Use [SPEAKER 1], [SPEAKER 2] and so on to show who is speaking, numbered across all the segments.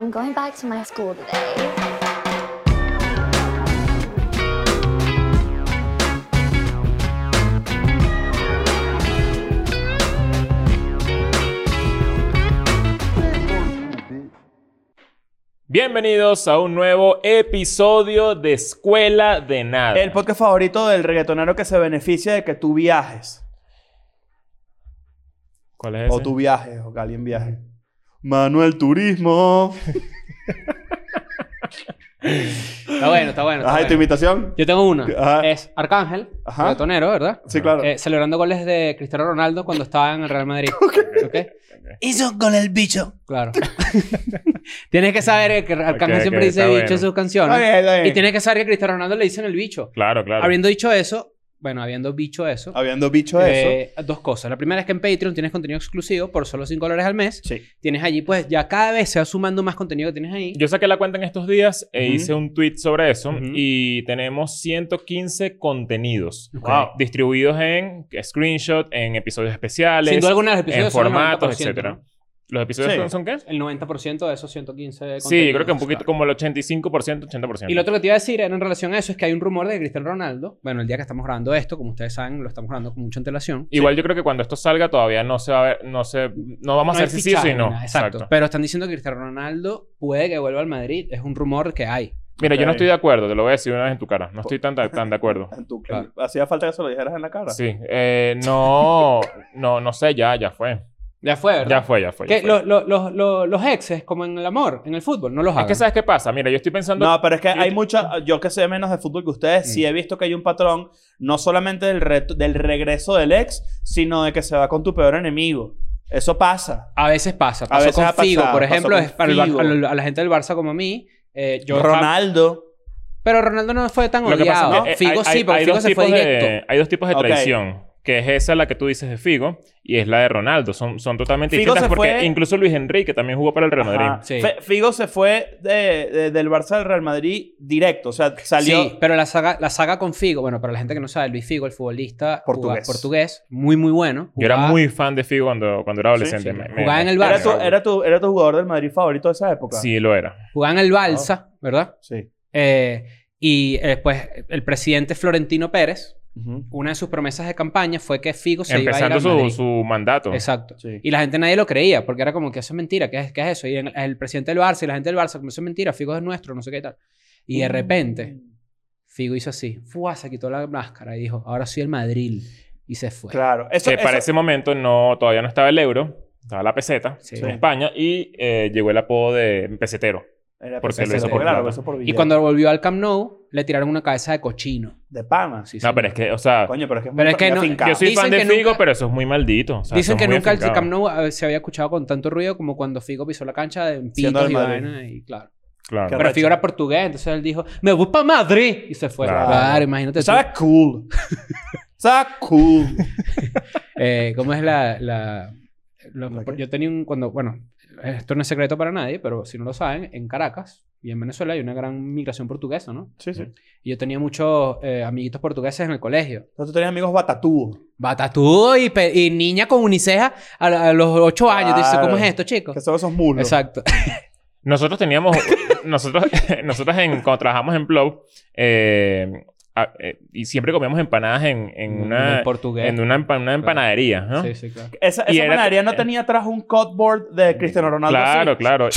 [SPEAKER 1] I'm going back to my school today.
[SPEAKER 2] Bienvenidos a un nuevo episodio de Escuela de Nada.
[SPEAKER 3] El podcast favorito del reggaetonero que se beneficia de que tú viajes.
[SPEAKER 2] ¿Cuál es ese?
[SPEAKER 3] O tú viajes, o que alguien viaje. Manuel Turismo.
[SPEAKER 4] Está bueno, está bueno. está
[SPEAKER 3] Ajá, ¿y tu
[SPEAKER 4] bueno.
[SPEAKER 3] invitación?
[SPEAKER 4] Yo tengo una.
[SPEAKER 3] Ajá.
[SPEAKER 4] Es Arcángel,
[SPEAKER 3] Ajá.
[SPEAKER 4] reggaetonero, ¿verdad?
[SPEAKER 3] Sí, claro.
[SPEAKER 4] Eh, celebrando goles de Cristiano Ronaldo cuando estaba en el Real Madrid. ¿Ok?
[SPEAKER 5] Hizo con el bicho.
[SPEAKER 4] Claro. tienes que saber eh, que Arcángel
[SPEAKER 2] Ok,
[SPEAKER 4] siempre
[SPEAKER 2] ok,
[SPEAKER 4] dice
[SPEAKER 2] está
[SPEAKER 4] bicho
[SPEAKER 2] bueno.
[SPEAKER 4] en sus canciones.
[SPEAKER 3] Está bien, está bien.
[SPEAKER 4] Y tienes que saber que Cristiano Ronaldo le dicen el bicho.
[SPEAKER 2] Claro, claro.
[SPEAKER 4] Habiendo dicho eso, bueno, habiendo dicho eso,
[SPEAKER 3] Habiendo bicho eso.
[SPEAKER 4] eh, dos cosas. La primera es que en Patreon tienes contenido exclusivo por solo 5 dólares al mes.
[SPEAKER 3] Sí.
[SPEAKER 4] Tienes allí, pues ya cada vez se va sumando más contenido que tienes ahí.
[SPEAKER 2] Yo saqué la cuenta en estos días e
[SPEAKER 3] Ujú.
[SPEAKER 2] hice un tweet sobre eso
[SPEAKER 3] Ujú.
[SPEAKER 2] y tenemos 115 contenidos
[SPEAKER 4] Ok.
[SPEAKER 2] Wow. distribuidos en screenshot, en episodios especiales,
[SPEAKER 4] Sin duda alguna, los episodios
[SPEAKER 2] en
[SPEAKER 4] son el
[SPEAKER 2] formatos,
[SPEAKER 4] 90%,
[SPEAKER 2] etcétera.
[SPEAKER 4] ¿no?
[SPEAKER 2] ¿Los episodios
[SPEAKER 3] Sí.
[SPEAKER 2] son, son qué?
[SPEAKER 4] El 90% de esos 115
[SPEAKER 2] Sí, yo creo que un
[SPEAKER 4] contenidos,
[SPEAKER 2] poquito
[SPEAKER 4] claro.
[SPEAKER 2] como el 85%, 80%.
[SPEAKER 4] Y lo otro que te iba a decir era en relación a eso es que hay un rumor de que Cristiano Ronaldo, bueno, el día que estamos grabando esto, como ustedes saben, lo estamos grabando con mucha antelación.
[SPEAKER 2] Igual yo creo que cuando esto salga todavía no se va a ver, no se, no vamos
[SPEAKER 4] No
[SPEAKER 2] a
[SPEAKER 4] hay
[SPEAKER 2] hacer si sí o
[SPEAKER 4] fichaje
[SPEAKER 2] si
[SPEAKER 4] ni
[SPEAKER 2] no.
[SPEAKER 4] nada, Exacto. Pero están diciendo que Cristiano Ronaldo puede que vuelva al Madrid. Es un rumor que hay.
[SPEAKER 2] Mira, yo no
[SPEAKER 3] Ok.
[SPEAKER 2] estoy de acuerdo, te lo voy a decir una vez en tu cara. No estoy tan, tan de acuerdo.
[SPEAKER 3] En tu-
[SPEAKER 4] Claro.
[SPEAKER 3] Hacía falta que se lo dijeras en la cara.
[SPEAKER 2] Sí, eh, no, no, no sé, ya, ya fue.
[SPEAKER 4] Ya fue, ¿verdad?
[SPEAKER 2] Ya fue, ya fue. ya
[SPEAKER 4] Que
[SPEAKER 2] fue.
[SPEAKER 4] lo- lo- lo- lo- los exes, como en el amor, en el fútbol, no los
[SPEAKER 2] Es
[SPEAKER 4] hagan.
[SPEAKER 2] que sabes qué pasa. Mira, yo estoy pensando.
[SPEAKER 3] No, pero es que
[SPEAKER 2] yo-
[SPEAKER 3] hay mucha. Yo que sé menos de fútbol que ustedes,
[SPEAKER 4] Mm.
[SPEAKER 3] sí he visto que hay un patrón, no solamente del, re- del regreso del ex, sino de que se va con tu peor enemigo. Eso pasa.
[SPEAKER 4] A veces pasa. Pasó
[SPEAKER 3] veces ha
[SPEAKER 4] con Figo,
[SPEAKER 3] pasado,
[SPEAKER 4] por
[SPEAKER 3] pasó
[SPEAKER 4] ejemplo,
[SPEAKER 3] con
[SPEAKER 4] es para el Bar-
[SPEAKER 3] Figo.
[SPEAKER 4] a, lo- a la gente del Barça como a mí. eh, yo
[SPEAKER 3] Ronaldo.
[SPEAKER 4] Pero Ronaldo no fue tan
[SPEAKER 2] lo que
[SPEAKER 4] odiado.
[SPEAKER 2] pasa es que eh,
[SPEAKER 4] Figo
[SPEAKER 2] hay-
[SPEAKER 4] sí,
[SPEAKER 2] hay-
[SPEAKER 4] porque
[SPEAKER 2] hay
[SPEAKER 4] Figo
[SPEAKER 2] dos
[SPEAKER 4] se fue
[SPEAKER 2] tipos de-
[SPEAKER 4] directo.
[SPEAKER 2] hay dos tipos de
[SPEAKER 3] Ok.
[SPEAKER 2] traición. Que es esa la que tú dices de Figo y es la de Ronaldo. Son, son totalmente
[SPEAKER 3] Figo
[SPEAKER 2] distintas
[SPEAKER 3] se
[SPEAKER 2] porque
[SPEAKER 3] fue-
[SPEAKER 2] incluso Luis Enrique también jugó para el Real Madrid.
[SPEAKER 3] Ajá.
[SPEAKER 4] Sí.
[SPEAKER 3] Fe- Figo se fue de- de- del Barça al Real Madrid directo. O sea, salió.
[SPEAKER 4] Sí, pero la saga, la saga con Figo, bueno, para la gente que no sabe, Luis Figo, el futbolista portugués,
[SPEAKER 3] Portugués.
[SPEAKER 4] portugués muy, muy bueno.
[SPEAKER 2] Yo era
[SPEAKER 4] Jugaba-
[SPEAKER 2] muy fan de Figo cuando, cuando era adolescente.
[SPEAKER 3] sí.
[SPEAKER 2] Me- me-
[SPEAKER 4] Jugaba en el
[SPEAKER 3] Era tu,
[SPEAKER 4] Barça.
[SPEAKER 3] era, tu, era tu jugador del Madrid favorito de esa época.
[SPEAKER 2] Sí, lo era.
[SPEAKER 4] Jugaba en el Balsa, ¿verdad?
[SPEAKER 3] Sí.
[SPEAKER 4] Eh, y eh, después el presidente Florentino Pérez,
[SPEAKER 3] Ujú.
[SPEAKER 4] una de sus promesas de campaña fue que Figo se iba
[SPEAKER 2] Empezando
[SPEAKER 4] a ir al
[SPEAKER 2] su,
[SPEAKER 4] Madrid.
[SPEAKER 2] su mandato.
[SPEAKER 4] Exacto.
[SPEAKER 3] Sí.
[SPEAKER 4] Y la gente nadie lo creía, porque era como que eso es mentira, ¿qué es, qué es eso? Y el, el presidente del Barça y la gente del Barça, como eso es mentira, Figo es nuestro, no sé qué tal. Y
[SPEAKER 3] Mm.
[SPEAKER 4] de repente, Figo hizo así, fuá, se quitó la máscara y dijo, ahora soy el Madrid. Y se fue.
[SPEAKER 3] Claro. Eso,
[SPEAKER 2] que
[SPEAKER 3] eso-
[SPEAKER 2] Eh, para ese momento no, todavía no estaba el euro, estaba la peseta
[SPEAKER 4] Sí.
[SPEAKER 2] en España y eh, llegó el apodo de pesetero.
[SPEAKER 3] Era
[SPEAKER 2] porque
[SPEAKER 3] peseta,
[SPEAKER 2] lo hizo por
[SPEAKER 3] claro,
[SPEAKER 2] plata.
[SPEAKER 3] lo hizo por
[SPEAKER 4] Y
[SPEAKER 3] billete.
[SPEAKER 4] cuando volvió al Camp Nou, le tiraron una cabeza de cochino.
[SPEAKER 3] De pana.
[SPEAKER 4] Sí,
[SPEAKER 2] no,
[SPEAKER 4] señor.
[SPEAKER 2] pero es que, o sea,
[SPEAKER 3] Coño, pero es que es
[SPEAKER 4] Pero
[SPEAKER 3] muy
[SPEAKER 4] es que no-
[SPEAKER 3] afincado.
[SPEAKER 2] yo soy
[SPEAKER 4] Dicen
[SPEAKER 2] fan de
[SPEAKER 4] que
[SPEAKER 2] Figo,
[SPEAKER 4] nunca-
[SPEAKER 2] pero eso es muy maldito. o sea,
[SPEAKER 4] Dicen
[SPEAKER 2] eso
[SPEAKER 4] que
[SPEAKER 2] es muy
[SPEAKER 4] nunca el
[SPEAKER 2] afincado.
[SPEAKER 4] Camp Nou eh, se había escuchado con tanto ruido como cuando Figo pisó la cancha de en
[SPEAKER 3] Siendo
[SPEAKER 4] pitos
[SPEAKER 3] del
[SPEAKER 4] y
[SPEAKER 3] Madrid.
[SPEAKER 4] vaina y claro.
[SPEAKER 2] Claro.
[SPEAKER 3] Qué
[SPEAKER 4] Pero Figo era portugués, entonces él dijo, me voy para Madrid. Y se fue.
[SPEAKER 2] Claro.
[SPEAKER 4] Claro, imagínate. tú.
[SPEAKER 3] Estaba cool. Estaba cool.
[SPEAKER 4] Eh, ¿Cómo es la... la- lo-
[SPEAKER 3] ¿La qué?
[SPEAKER 4] yo tenía un... Cuando, bueno, esto no es secreto para nadie, pero si no lo saben, en Caracas y en Venezuela hay una gran migración portuguesa, ¿no?
[SPEAKER 3] Sí, sí.
[SPEAKER 4] Y yo tenía muchos eh, amiguitos portugueses en el colegio.
[SPEAKER 3] Entonces tú tenías amigos batatúos.
[SPEAKER 4] Batatú y, pe- y niña con uniceja a, a los 8 años. Dice,
[SPEAKER 3] Claro.
[SPEAKER 4] ¿cómo es esto, chicos?
[SPEAKER 3] Que son esos mulos.
[SPEAKER 4] Exacto.
[SPEAKER 2] Nosotros teníamos, nosotros, nosotros en, cuando trabajamos en Blow, eh, a- eh, y siempre comíamos empanadas en, en una,
[SPEAKER 4] Mm, En portugués.
[SPEAKER 2] en una, empa- una empanadería, ¿no?
[SPEAKER 4] Sí, sí, claro.
[SPEAKER 3] Esa,
[SPEAKER 2] Y era-
[SPEAKER 3] esa
[SPEAKER 2] eh.
[SPEAKER 3] panadería no tenía atrás un codeboard de Cristiano Ronaldo.
[SPEAKER 2] Claro,
[SPEAKER 3] así.
[SPEAKER 2] claro.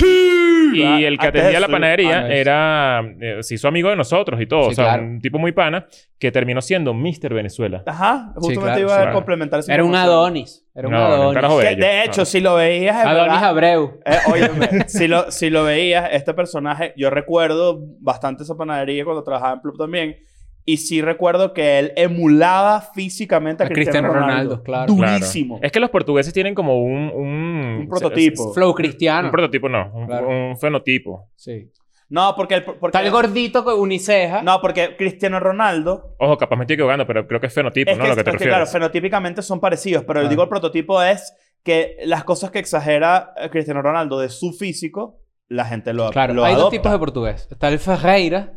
[SPEAKER 2] Y
[SPEAKER 3] Ah,
[SPEAKER 2] el que
[SPEAKER 3] antes
[SPEAKER 2] atendía
[SPEAKER 3] de
[SPEAKER 2] la
[SPEAKER 3] su-
[SPEAKER 2] panadería
[SPEAKER 4] Ah, no,
[SPEAKER 2] era, eh, se hizo amigo de nosotros y todo.
[SPEAKER 4] Sí,
[SPEAKER 2] o sea,
[SPEAKER 4] claro.
[SPEAKER 2] un tipo muy pana que terminó siendo Mr. Venezuela.
[SPEAKER 3] Ajá, justamente
[SPEAKER 4] claro,
[SPEAKER 3] iba
[SPEAKER 2] sí,
[SPEAKER 3] a
[SPEAKER 2] claro.
[SPEAKER 3] complementar esa
[SPEAKER 4] Era un
[SPEAKER 3] información.
[SPEAKER 4] Adonis. Era un
[SPEAKER 2] No, no, un
[SPEAKER 4] Adonis.
[SPEAKER 2] carajo
[SPEAKER 3] Que,
[SPEAKER 2] bello.
[SPEAKER 3] de hecho,
[SPEAKER 2] Ah.
[SPEAKER 3] si lo veías, en
[SPEAKER 4] Adonis
[SPEAKER 3] verdad-
[SPEAKER 4] Abreu.
[SPEAKER 3] Eh, óyeme, si, lo, si lo veías, este personaje, yo recuerdo bastante esa panadería cuando trabajaba en Club también. Y sí recuerdo que él emulaba físicamente a,
[SPEAKER 4] A
[SPEAKER 3] Cristiano,
[SPEAKER 4] Cristiano
[SPEAKER 3] Ronaldo.
[SPEAKER 4] Ronaldo, claro.
[SPEAKER 2] Claro.
[SPEAKER 3] Durísimo.
[SPEAKER 2] Es que los portugueses tienen como un... Un,
[SPEAKER 3] Un prototipo.
[SPEAKER 4] Flow
[SPEAKER 2] Un
[SPEAKER 4] cristiano.
[SPEAKER 2] prototipo no, un,
[SPEAKER 4] Ah, Claro.
[SPEAKER 2] un fenotipo.
[SPEAKER 4] Sí.
[SPEAKER 3] No, porque... el- porque-
[SPEAKER 4] Tal gordito con uniceja.
[SPEAKER 3] no, porque Cristiano Ronaldo...
[SPEAKER 2] Ojo, capaz me estoy equivocando, pero creo que es fenotipo,
[SPEAKER 3] Es
[SPEAKER 2] ¿no?
[SPEAKER 3] que,
[SPEAKER 2] lo que te
[SPEAKER 3] es que,
[SPEAKER 2] refieres.
[SPEAKER 3] claro, fenotípicamente son parecidos, pero
[SPEAKER 4] Claro.
[SPEAKER 3] digo el prototipo es que las cosas que exagera eh, Cristiano Ronaldo de su físico, la gente lo,
[SPEAKER 4] Claro,
[SPEAKER 3] lo
[SPEAKER 4] hay dos
[SPEAKER 3] adopta.
[SPEAKER 4] tipos de portugués. Está el Ferreira,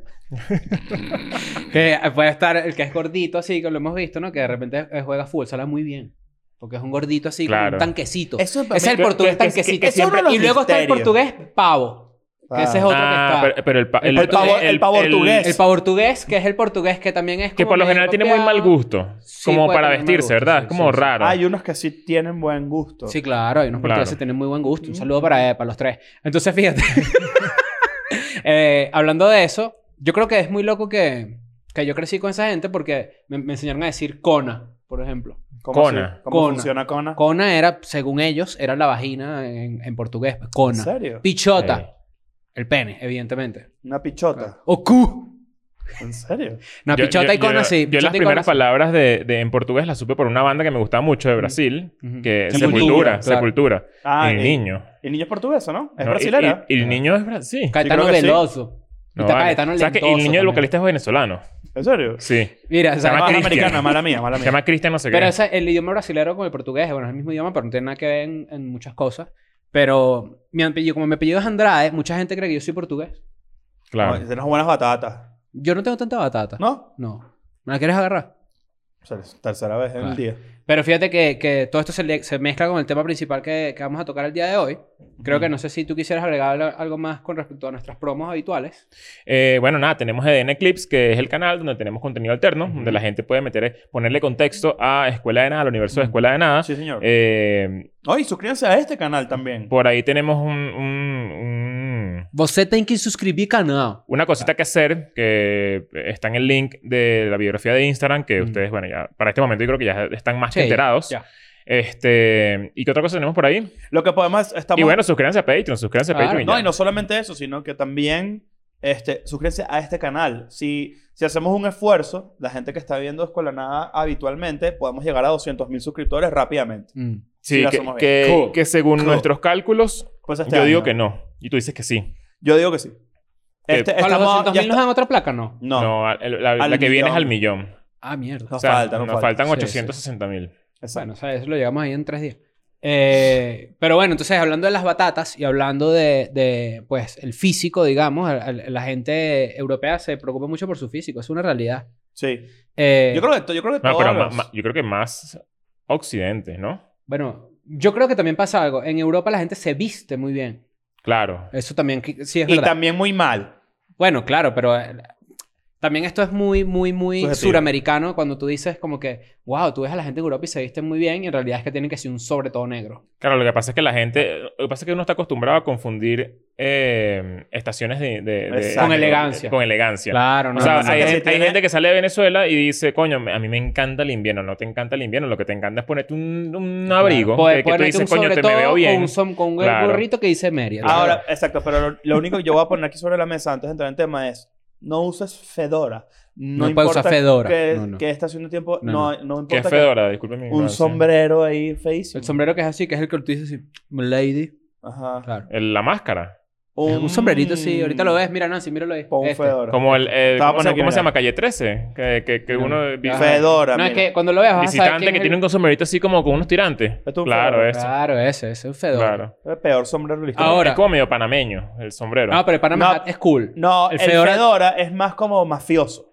[SPEAKER 4] que puede estar el que es gordito así, que lo hemos visto, ¿no? Que de repente eh, juega fútbol, sale muy bien. Porque es un gordito así, como
[SPEAKER 2] Claro.
[SPEAKER 4] un tanquecito.
[SPEAKER 3] Eso es-
[SPEAKER 4] es el
[SPEAKER 3] que-
[SPEAKER 4] portugués
[SPEAKER 3] que- que- que-
[SPEAKER 4] tanquecito
[SPEAKER 3] que es uno
[SPEAKER 4] siempre.
[SPEAKER 3] de los
[SPEAKER 4] Y luego está el
[SPEAKER 3] misterios.
[SPEAKER 4] portugués pavo.
[SPEAKER 3] Ah.
[SPEAKER 4] ese es otro que
[SPEAKER 2] Ah,
[SPEAKER 4] está.
[SPEAKER 2] pero, pero el, pa-
[SPEAKER 4] El pavo-
[SPEAKER 3] el pavo portugués.
[SPEAKER 4] El portugués, que es el portugués que también es como
[SPEAKER 2] que por lo
[SPEAKER 4] medio
[SPEAKER 2] general tiene muy mal
[SPEAKER 4] copiado.
[SPEAKER 2] gusto.
[SPEAKER 4] Sí,
[SPEAKER 2] Como
[SPEAKER 4] puede
[SPEAKER 2] para
[SPEAKER 4] tener mal
[SPEAKER 2] vestirse,
[SPEAKER 4] gusto,
[SPEAKER 2] ¿verdad?
[SPEAKER 4] sí,
[SPEAKER 2] es como
[SPEAKER 4] sí, sí.
[SPEAKER 2] raro.
[SPEAKER 3] Hay unos que sí tienen buen gusto.
[SPEAKER 4] Sí, claro, hay unos
[SPEAKER 2] Claro.
[SPEAKER 4] portugueses que tienen muy buen gusto.
[SPEAKER 3] Mm.
[SPEAKER 4] Un saludo para, eh, para los tres. Entonces, fíjate. Eh, hablando de eso, yo creo que es muy loco que, que yo crecí con esa gente porque me, me enseñaron a decir cona, por ejemplo.
[SPEAKER 3] ¿Cómo
[SPEAKER 2] Cona.
[SPEAKER 3] se- ¿Cómo
[SPEAKER 4] Cona.
[SPEAKER 3] funciona Cona?
[SPEAKER 4] Cona era, según ellos, era la vagina en, en portugués. pues,
[SPEAKER 3] ¿En
[SPEAKER 4] Cona.
[SPEAKER 3] serio?
[SPEAKER 4] Pichota.
[SPEAKER 2] Sí.
[SPEAKER 4] El pene, evidentemente.
[SPEAKER 3] Una pichota.
[SPEAKER 4] O cu.
[SPEAKER 3] ¿En serio?
[SPEAKER 4] No,
[SPEAKER 2] Yo-
[SPEAKER 4] pichota
[SPEAKER 2] yo-
[SPEAKER 4] y cona,
[SPEAKER 2] yo-
[SPEAKER 4] sí.
[SPEAKER 2] Yo las primeras palabras de, de- en portugués las supe por una banda que me gustaba mucho de Brasil,
[SPEAKER 4] Ujú.
[SPEAKER 2] que
[SPEAKER 4] Sepultura,
[SPEAKER 2] Sepultura,
[SPEAKER 4] claro.
[SPEAKER 2] Sepultura.
[SPEAKER 3] Ah,
[SPEAKER 2] el
[SPEAKER 3] y-
[SPEAKER 2] niño.
[SPEAKER 3] El niño es portugués, ¿o ¿no? Es
[SPEAKER 2] ¿no? Y-
[SPEAKER 3] brasilera.
[SPEAKER 2] y- y el niño es brasilero. Sí.
[SPEAKER 4] Caetano
[SPEAKER 3] creo que sí.
[SPEAKER 4] Veloso. Y
[SPEAKER 2] No,
[SPEAKER 4] está
[SPEAKER 2] vale.
[SPEAKER 4] Caetano
[SPEAKER 2] ¿Sabes que el
[SPEAKER 4] Lentoso
[SPEAKER 2] niño del
[SPEAKER 4] también.
[SPEAKER 2] vocalista es venezolano?
[SPEAKER 3] ¿En serio?
[SPEAKER 2] Sí.
[SPEAKER 4] Mira,
[SPEAKER 2] Se
[SPEAKER 4] ¿sabes?
[SPEAKER 2] llama
[SPEAKER 3] Ah,
[SPEAKER 2] Cristian.
[SPEAKER 3] americana, mala mía, mala
[SPEAKER 2] Se
[SPEAKER 3] mía.
[SPEAKER 2] llama Cristian no sé qué.
[SPEAKER 4] Pero esa- el idioma brasilero con el portugués, bueno, es el mismo idioma, pero no tiene nada que ver en, en muchas cosas. Pero mi apellido, como mi apellido es Andrade, mucha gente cree que yo soy portugués.
[SPEAKER 2] Claro.
[SPEAKER 3] No, Tienes buenas batatas.
[SPEAKER 4] Yo no tengo tanta batata.
[SPEAKER 3] ¿No?
[SPEAKER 4] No. ¿Me la quieres agarrar?
[SPEAKER 3] O sea, es tercera vez en
[SPEAKER 4] Claro.
[SPEAKER 3] el día.
[SPEAKER 4] Pero fíjate que, que todo esto se, le- se mezcla con el tema principal que, que vamos a tocar el día de hoy. Creo que no sé si tú quisieras agregar al- algo más con respecto a nuestras promos habituales.
[SPEAKER 2] Eh, bueno, nada, tenemos EDN Clips, que es el canal donde tenemos contenido alterno, donde la gente puede meter, eh, ponerle contexto a Escuela de Nada, al universo de Escuela de Nada.
[SPEAKER 3] Sí, señor.
[SPEAKER 2] Ah. Eh,
[SPEAKER 3] No, y suscríbanse a este canal también.
[SPEAKER 2] por ahí tenemos un- un- un,
[SPEAKER 4] Vos tenés que suscribir canal.
[SPEAKER 2] Una cosita que hacer, que está en el link de la biografía de Instagram, que
[SPEAKER 4] Mm.
[SPEAKER 2] ustedes, bueno, ya para este momento yo creo que ya están más que
[SPEAKER 4] Sí,
[SPEAKER 2] enterados.
[SPEAKER 4] ya.
[SPEAKER 2] Este, ¿y qué otra cosa tenemos por ahí?
[SPEAKER 3] Lo que podemos... Estamos...
[SPEAKER 2] Y bueno, suscríbanse a Patreon, suscríbanse a
[SPEAKER 4] Claro.
[SPEAKER 2] Patreon. y
[SPEAKER 3] No,
[SPEAKER 2] ya.
[SPEAKER 3] y no solamente eso, sino que también este, suscríbanse a este canal. Si, si hacemos un esfuerzo, la gente que está viendo Escuela Nada habitualmente, podemos llegar a 200.000 suscriptores rápidamente.
[SPEAKER 2] Sí,
[SPEAKER 3] sí, lo
[SPEAKER 2] que,
[SPEAKER 3] hacemos
[SPEAKER 2] que-
[SPEAKER 4] bien. Cool.
[SPEAKER 2] que según
[SPEAKER 4] Cool.
[SPEAKER 2] nuestros cálculos,
[SPEAKER 3] Pues este
[SPEAKER 2] yo digo
[SPEAKER 3] año.
[SPEAKER 2] que no. Y tú dices que sí.
[SPEAKER 3] Yo digo que sí.
[SPEAKER 2] Que-
[SPEAKER 3] Este,
[SPEAKER 4] ¿A los
[SPEAKER 3] estamos-
[SPEAKER 4] 200
[SPEAKER 3] ya
[SPEAKER 4] mil nos
[SPEAKER 3] está-
[SPEAKER 4] dan otra placa? No.
[SPEAKER 3] No,
[SPEAKER 2] No, a- el- la,
[SPEAKER 3] Al
[SPEAKER 2] la que viene es
[SPEAKER 3] millón.
[SPEAKER 2] al millón.
[SPEAKER 4] Ah, mierda.
[SPEAKER 3] nos falta, nos falta.
[SPEAKER 2] faltan
[SPEAKER 4] Sí,
[SPEAKER 2] 860 mil.
[SPEAKER 3] Exacto.
[SPEAKER 4] Bueno, o sea, eso lo llegamos ahí en tres días. Eh, pero bueno, entonces hablando de las batatas y hablando de, de, pues, el físico, digamos, al- al- la gente europea se preocupa mucho por su físico, es una realidad.
[SPEAKER 3] Sí.
[SPEAKER 4] Eh,
[SPEAKER 3] Yo creo que, to- yo creo que
[SPEAKER 2] No,
[SPEAKER 3] todos
[SPEAKER 2] pero ma-
[SPEAKER 3] los-
[SPEAKER 2] ma- yo creo que más occidente, ¿no?
[SPEAKER 4] Bueno, yo creo que también pasa algo. En Europa la gente se viste muy bien.
[SPEAKER 2] Claro.
[SPEAKER 4] Eso también que- sí es
[SPEAKER 3] Y
[SPEAKER 4] verdad.
[SPEAKER 3] también muy mal.
[SPEAKER 4] Bueno, claro, pero eh, también esto es muy, muy, muy
[SPEAKER 3] Subjetivo.
[SPEAKER 4] suramericano cuando tú dices como que, wow, tú ves a la gente en Europa y se visten muy bien y en realidad es que tienen que ser un sobre todo negro.
[SPEAKER 2] Claro, lo que pasa es que la gente, lo que pasa es que uno está acostumbrado a confundir eh, estaciones de, de- de-
[SPEAKER 3] Exacto. Con
[SPEAKER 4] elegancia.
[SPEAKER 2] Con elegancia.
[SPEAKER 4] Claro, no.
[SPEAKER 2] o sea,
[SPEAKER 4] no, no.
[SPEAKER 2] hay,
[SPEAKER 3] que si
[SPEAKER 2] hay
[SPEAKER 3] tiene-
[SPEAKER 2] gente que sale de Venezuela y dice, coño, me- a mí me encanta el invierno, no te encanta el invierno, lo que te encanta es ponerte un, un abrigo,
[SPEAKER 4] Claro.
[SPEAKER 2] que, que tú
[SPEAKER 4] Ponerte
[SPEAKER 2] dices,
[SPEAKER 4] un
[SPEAKER 2] coño, te me
[SPEAKER 4] sobretodo
[SPEAKER 2] veo
[SPEAKER 4] Con
[SPEAKER 2] bien.
[SPEAKER 4] un, som- con un
[SPEAKER 2] Claro.
[SPEAKER 4] gorrito que dice Mary.
[SPEAKER 3] Ahora, exacto, pero lo, lo único que yo voy a poner aquí sobre la mesa antes de entrar en tema es no uses Fedora. No,
[SPEAKER 4] No puedes usar
[SPEAKER 3] importa
[SPEAKER 4] fedora.
[SPEAKER 3] Que,
[SPEAKER 4] No, no.
[SPEAKER 3] que esté haciendo tiempo,
[SPEAKER 4] No,
[SPEAKER 3] no, no,
[SPEAKER 2] Que
[SPEAKER 3] importa
[SPEAKER 2] es Fedora, disculpe mi
[SPEAKER 3] que- un
[SPEAKER 2] ignorancia.
[SPEAKER 3] sombrero ahí feísimo.
[SPEAKER 4] el sombrero que es así, que es el que tú dices así, lady.
[SPEAKER 3] Ajá.
[SPEAKER 4] Claro.
[SPEAKER 2] El- la máscara.
[SPEAKER 4] Un,
[SPEAKER 2] Mm.
[SPEAKER 4] sombrerito así, ahorita lo ves, mira Nancy, míralo ahí.
[SPEAKER 3] Con un
[SPEAKER 4] Este.
[SPEAKER 3] Fedora.
[SPEAKER 2] Como el, el-
[SPEAKER 3] Estábamos
[SPEAKER 2] ¿cómo, no-
[SPEAKER 3] aquí,
[SPEAKER 2] cómo se
[SPEAKER 3] mira.
[SPEAKER 2] llama? Calle 13, que, que, que
[SPEAKER 4] No.
[SPEAKER 2] uno...
[SPEAKER 4] Ajá.
[SPEAKER 3] Fedora.
[SPEAKER 4] No, es
[SPEAKER 3] mira.
[SPEAKER 4] que cuando lo veas vas a saber
[SPEAKER 2] Visitante
[SPEAKER 4] quién
[SPEAKER 2] que
[SPEAKER 4] es
[SPEAKER 2] tiene
[SPEAKER 4] el-
[SPEAKER 2] un sombrerito así como con unos tirantes.
[SPEAKER 3] Esto es un
[SPEAKER 2] Claro,
[SPEAKER 3] Fedora.
[SPEAKER 2] eso.
[SPEAKER 4] Claro, ese, ese es un fedora.
[SPEAKER 2] Claro.
[SPEAKER 3] El peor sombrero de la historia.
[SPEAKER 4] Ahora- Ah,
[SPEAKER 2] Es como medio panameño el sombrero.
[SPEAKER 4] No, pero el Panama
[SPEAKER 3] No.
[SPEAKER 4] Hat es cool.
[SPEAKER 3] no,
[SPEAKER 4] el
[SPEAKER 3] el
[SPEAKER 4] Fedora-
[SPEAKER 3] Fedora... es más como mafioso.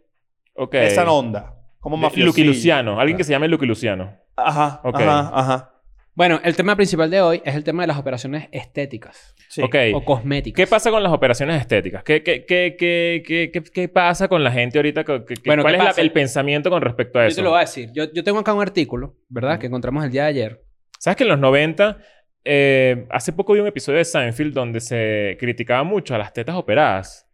[SPEAKER 2] Ok.
[SPEAKER 3] Esa onda. Como mafioso.
[SPEAKER 2] Lucky Luciano. Alguien que se llame Lucky Luciano.
[SPEAKER 3] Ajá,
[SPEAKER 2] Ok.
[SPEAKER 3] ajá, ajá.
[SPEAKER 4] Bueno, el tema principal de hoy es el tema de las operaciones estéticas
[SPEAKER 3] Sí.
[SPEAKER 2] Ok.
[SPEAKER 4] o cosméticas.
[SPEAKER 2] ¿Qué pasa con las operaciones estéticas? ¿Qué, qué, qué, qué, qué, qué, qué pasa con la gente ahorita? ¿Qué- qué-
[SPEAKER 4] Bueno,
[SPEAKER 2] ¿Cuál
[SPEAKER 4] ¿qué
[SPEAKER 2] es la-
[SPEAKER 4] pasa?
[SPEAKER 2] el pensamiento con respecto a
[SPEAKER 4] Yo te lo
[SPEAKER 2] eso?
[SPEAKER 4] voy a decir. Yo, yo tengo acá un artículo, ¿verdad? Que encontramos el día de ayer.
[SPEAKER 2] ¿Sabes que en los 90, eh, hace poco vi un episodio de Seinfeld donde se criticaba mucho a las tetas operadas?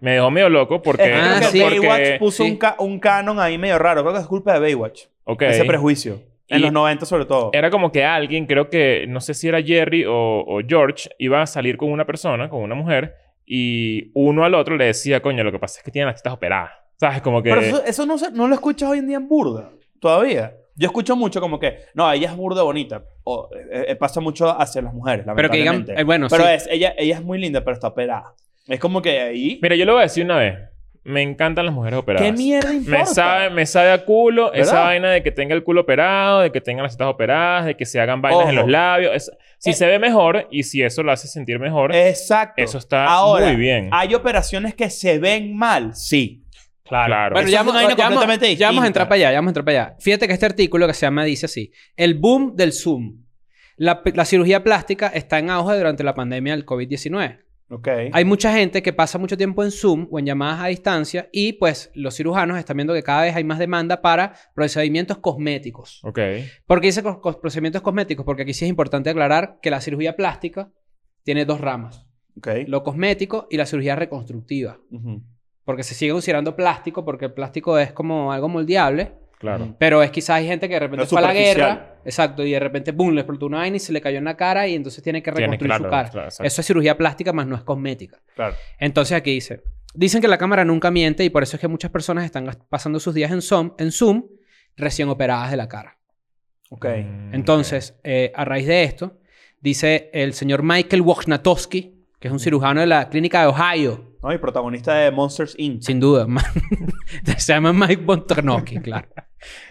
[SPEAKER 2] Me dejó medio loco porque...
[SPEAKER 3] Es que creo
[SPEAKER 4] Ah,
[SPEAKER 3] que
[SPEAKER 4] sí.
[SPEAKER 3] Baywatch puso
[SPEAKER 4] sí.
[SPEAKER 3] un, ca- un canon ahí medio raro. Creo que es culpa de Baywatch.
[SPEAKER 2] ok.
[SPEAKER 3] Ese prejuicio. En
[SPEAKER 2] Y-
[SPEAKER 3] los 90 sobre todo.
[SPEAKER 2] Era como que alguien, creo que, no sé si era Jerry o, o George, iba a salir con una persona, con una mujer, y uno al otro le decía, coño, lo que pasa es que tienen las tetas operadas. ¿Sabes? Como que...
[SPEAKER 3] Pero eso, eso no, se- no lo escuchas hoy en día en burda. Todavía. Yo escucho mucho como que, no, ella es burda bonita. O, eh, eh, pasa mucho hacia las mujeres,
[SPEAKER 4] Pero que digan,
[SPEAKER 3] lamentablemente.
[SPEAKER 4] eh, bueno,
[SPEAKER 3] Pero
[SPEAKER 4] sí.
[SPEAKER 3] es, ella, ella es muy linda, pero está operada. Es como que ahí...
[SPEAKER 2] Mira, yo lo voy a decir una vez. Me encantan las mujeres operadas.
[SPEAKER 3] ¿Qué mierda importa?
[SPEAKER 2] Me sabe, me sabe a culo esa
[SPEAKER 3] ¿Verdad?
[SPEAKER 2] vaina de que tenga el culo operado, de que tengan las tetas operadas, de que se hagan vainas en
[SPEAKER 3] Ojo.
[SPEAKER 2] los labios. Es- si
[SPEAKER 3] Eh.
[SPEAKER 2] se ve mejor y si eso lo hace sentir mejor,
[SPEAKER 3] Exacto.
[SPEAKER 2] eso está
[SPEAKER 3] Ahora,
[SPEAKER 2] muy bien.
[SPEAKER 3] ¿Hay operaciones que se ven mal? Sí.
[SPEAKER 2] Claro.
[SPEAKER 4] Bueno, ya
[SPEAKER 3] Eso es una
[SPEAKER 4] vamos,
[SPEAKER 3] vaina
[SPEAKER 4] ya vamos-
[SPEAKER 3] completamente
[SPEAKER 4] ya vamos a
[SPEAKER 3] distinta.
[SPEAKER 4] entrar para allá, ya vamos a entrar para allá. Fíjate que este artículo que se llama dice así: El boom del Zoom. La, la cirugía plástica está en auge durante la pandemia del COVID-19.
[SPEAKER 3] Ok.
[SPEAKER 4] Hay mucha gente que pasa mucho tiempo en Zoom o en llamadas a distancia y pues los cirujanos están viendo que cada vez hay más demanda para procedimientos cosméticos.
[SPEAKER 2] Ok.
[SPEAKER 4] ¿Por qué dice cos- cos- procedimientos cosméticos? Porque aquí sí es importante aclarar que la cirugía plástica tiene dos ramas.
[SPEAKER 3] Ok.
[SPEAKER 4] Lo cosmético y la cirugía reconstructiva.
[SPEAKER 3] Ujú.
[SPEAKER 4] Porque se sigue considerando plástico porque el plástico es como algo moldeable.
[SPEAKER 3] Mm,
[SPEAKER 2] Claro.
[SPEAKER 4] Pero es quizás hay gente que de repente
[SPEAKER 3] No es
[SPEAKER 4] fue a la
[SPEAKER 3] superficial.
[SPEAKER 4] guerra. Exacto. Y de repente, boom, le explotó una vaina y se le cayó en la cara y entonces tiene que
[SPEAKER 2] Tienes,
[SPEAKER 4] reconstruir
[SPEAKER 2] claro,
[SPEAKER 4] su cara.
[SPEAKER 2] claro, exacto.
[SPEAKER 4] Eso es cirugía plástica más no es cosmética.
[SPEAKER 2] Claro.
[SPEAKER 4] Entonces aquí dice, dicen que la cámara nunca miente y por eso es que muchas personas están gast- pasando sus días en Zoom, en Zoom recién operadas de la cara.
[SPEAKER 3] Ok.
[SPEAKER 2] Mm,
[SPEAKER 4] Entonces, eh, a raíz de esto, dice el señor Michael Wojnatowski, que es
[SPEAKER 2] Mm.
[SPEAKER 4] un cirujano de la clínica de Ohio,
[SPEAKER 3] No, y protagonista de Monsters Inc.
[SPEAKER 4] sin duda. ma- Se llama Mike Wojnatowski, claro.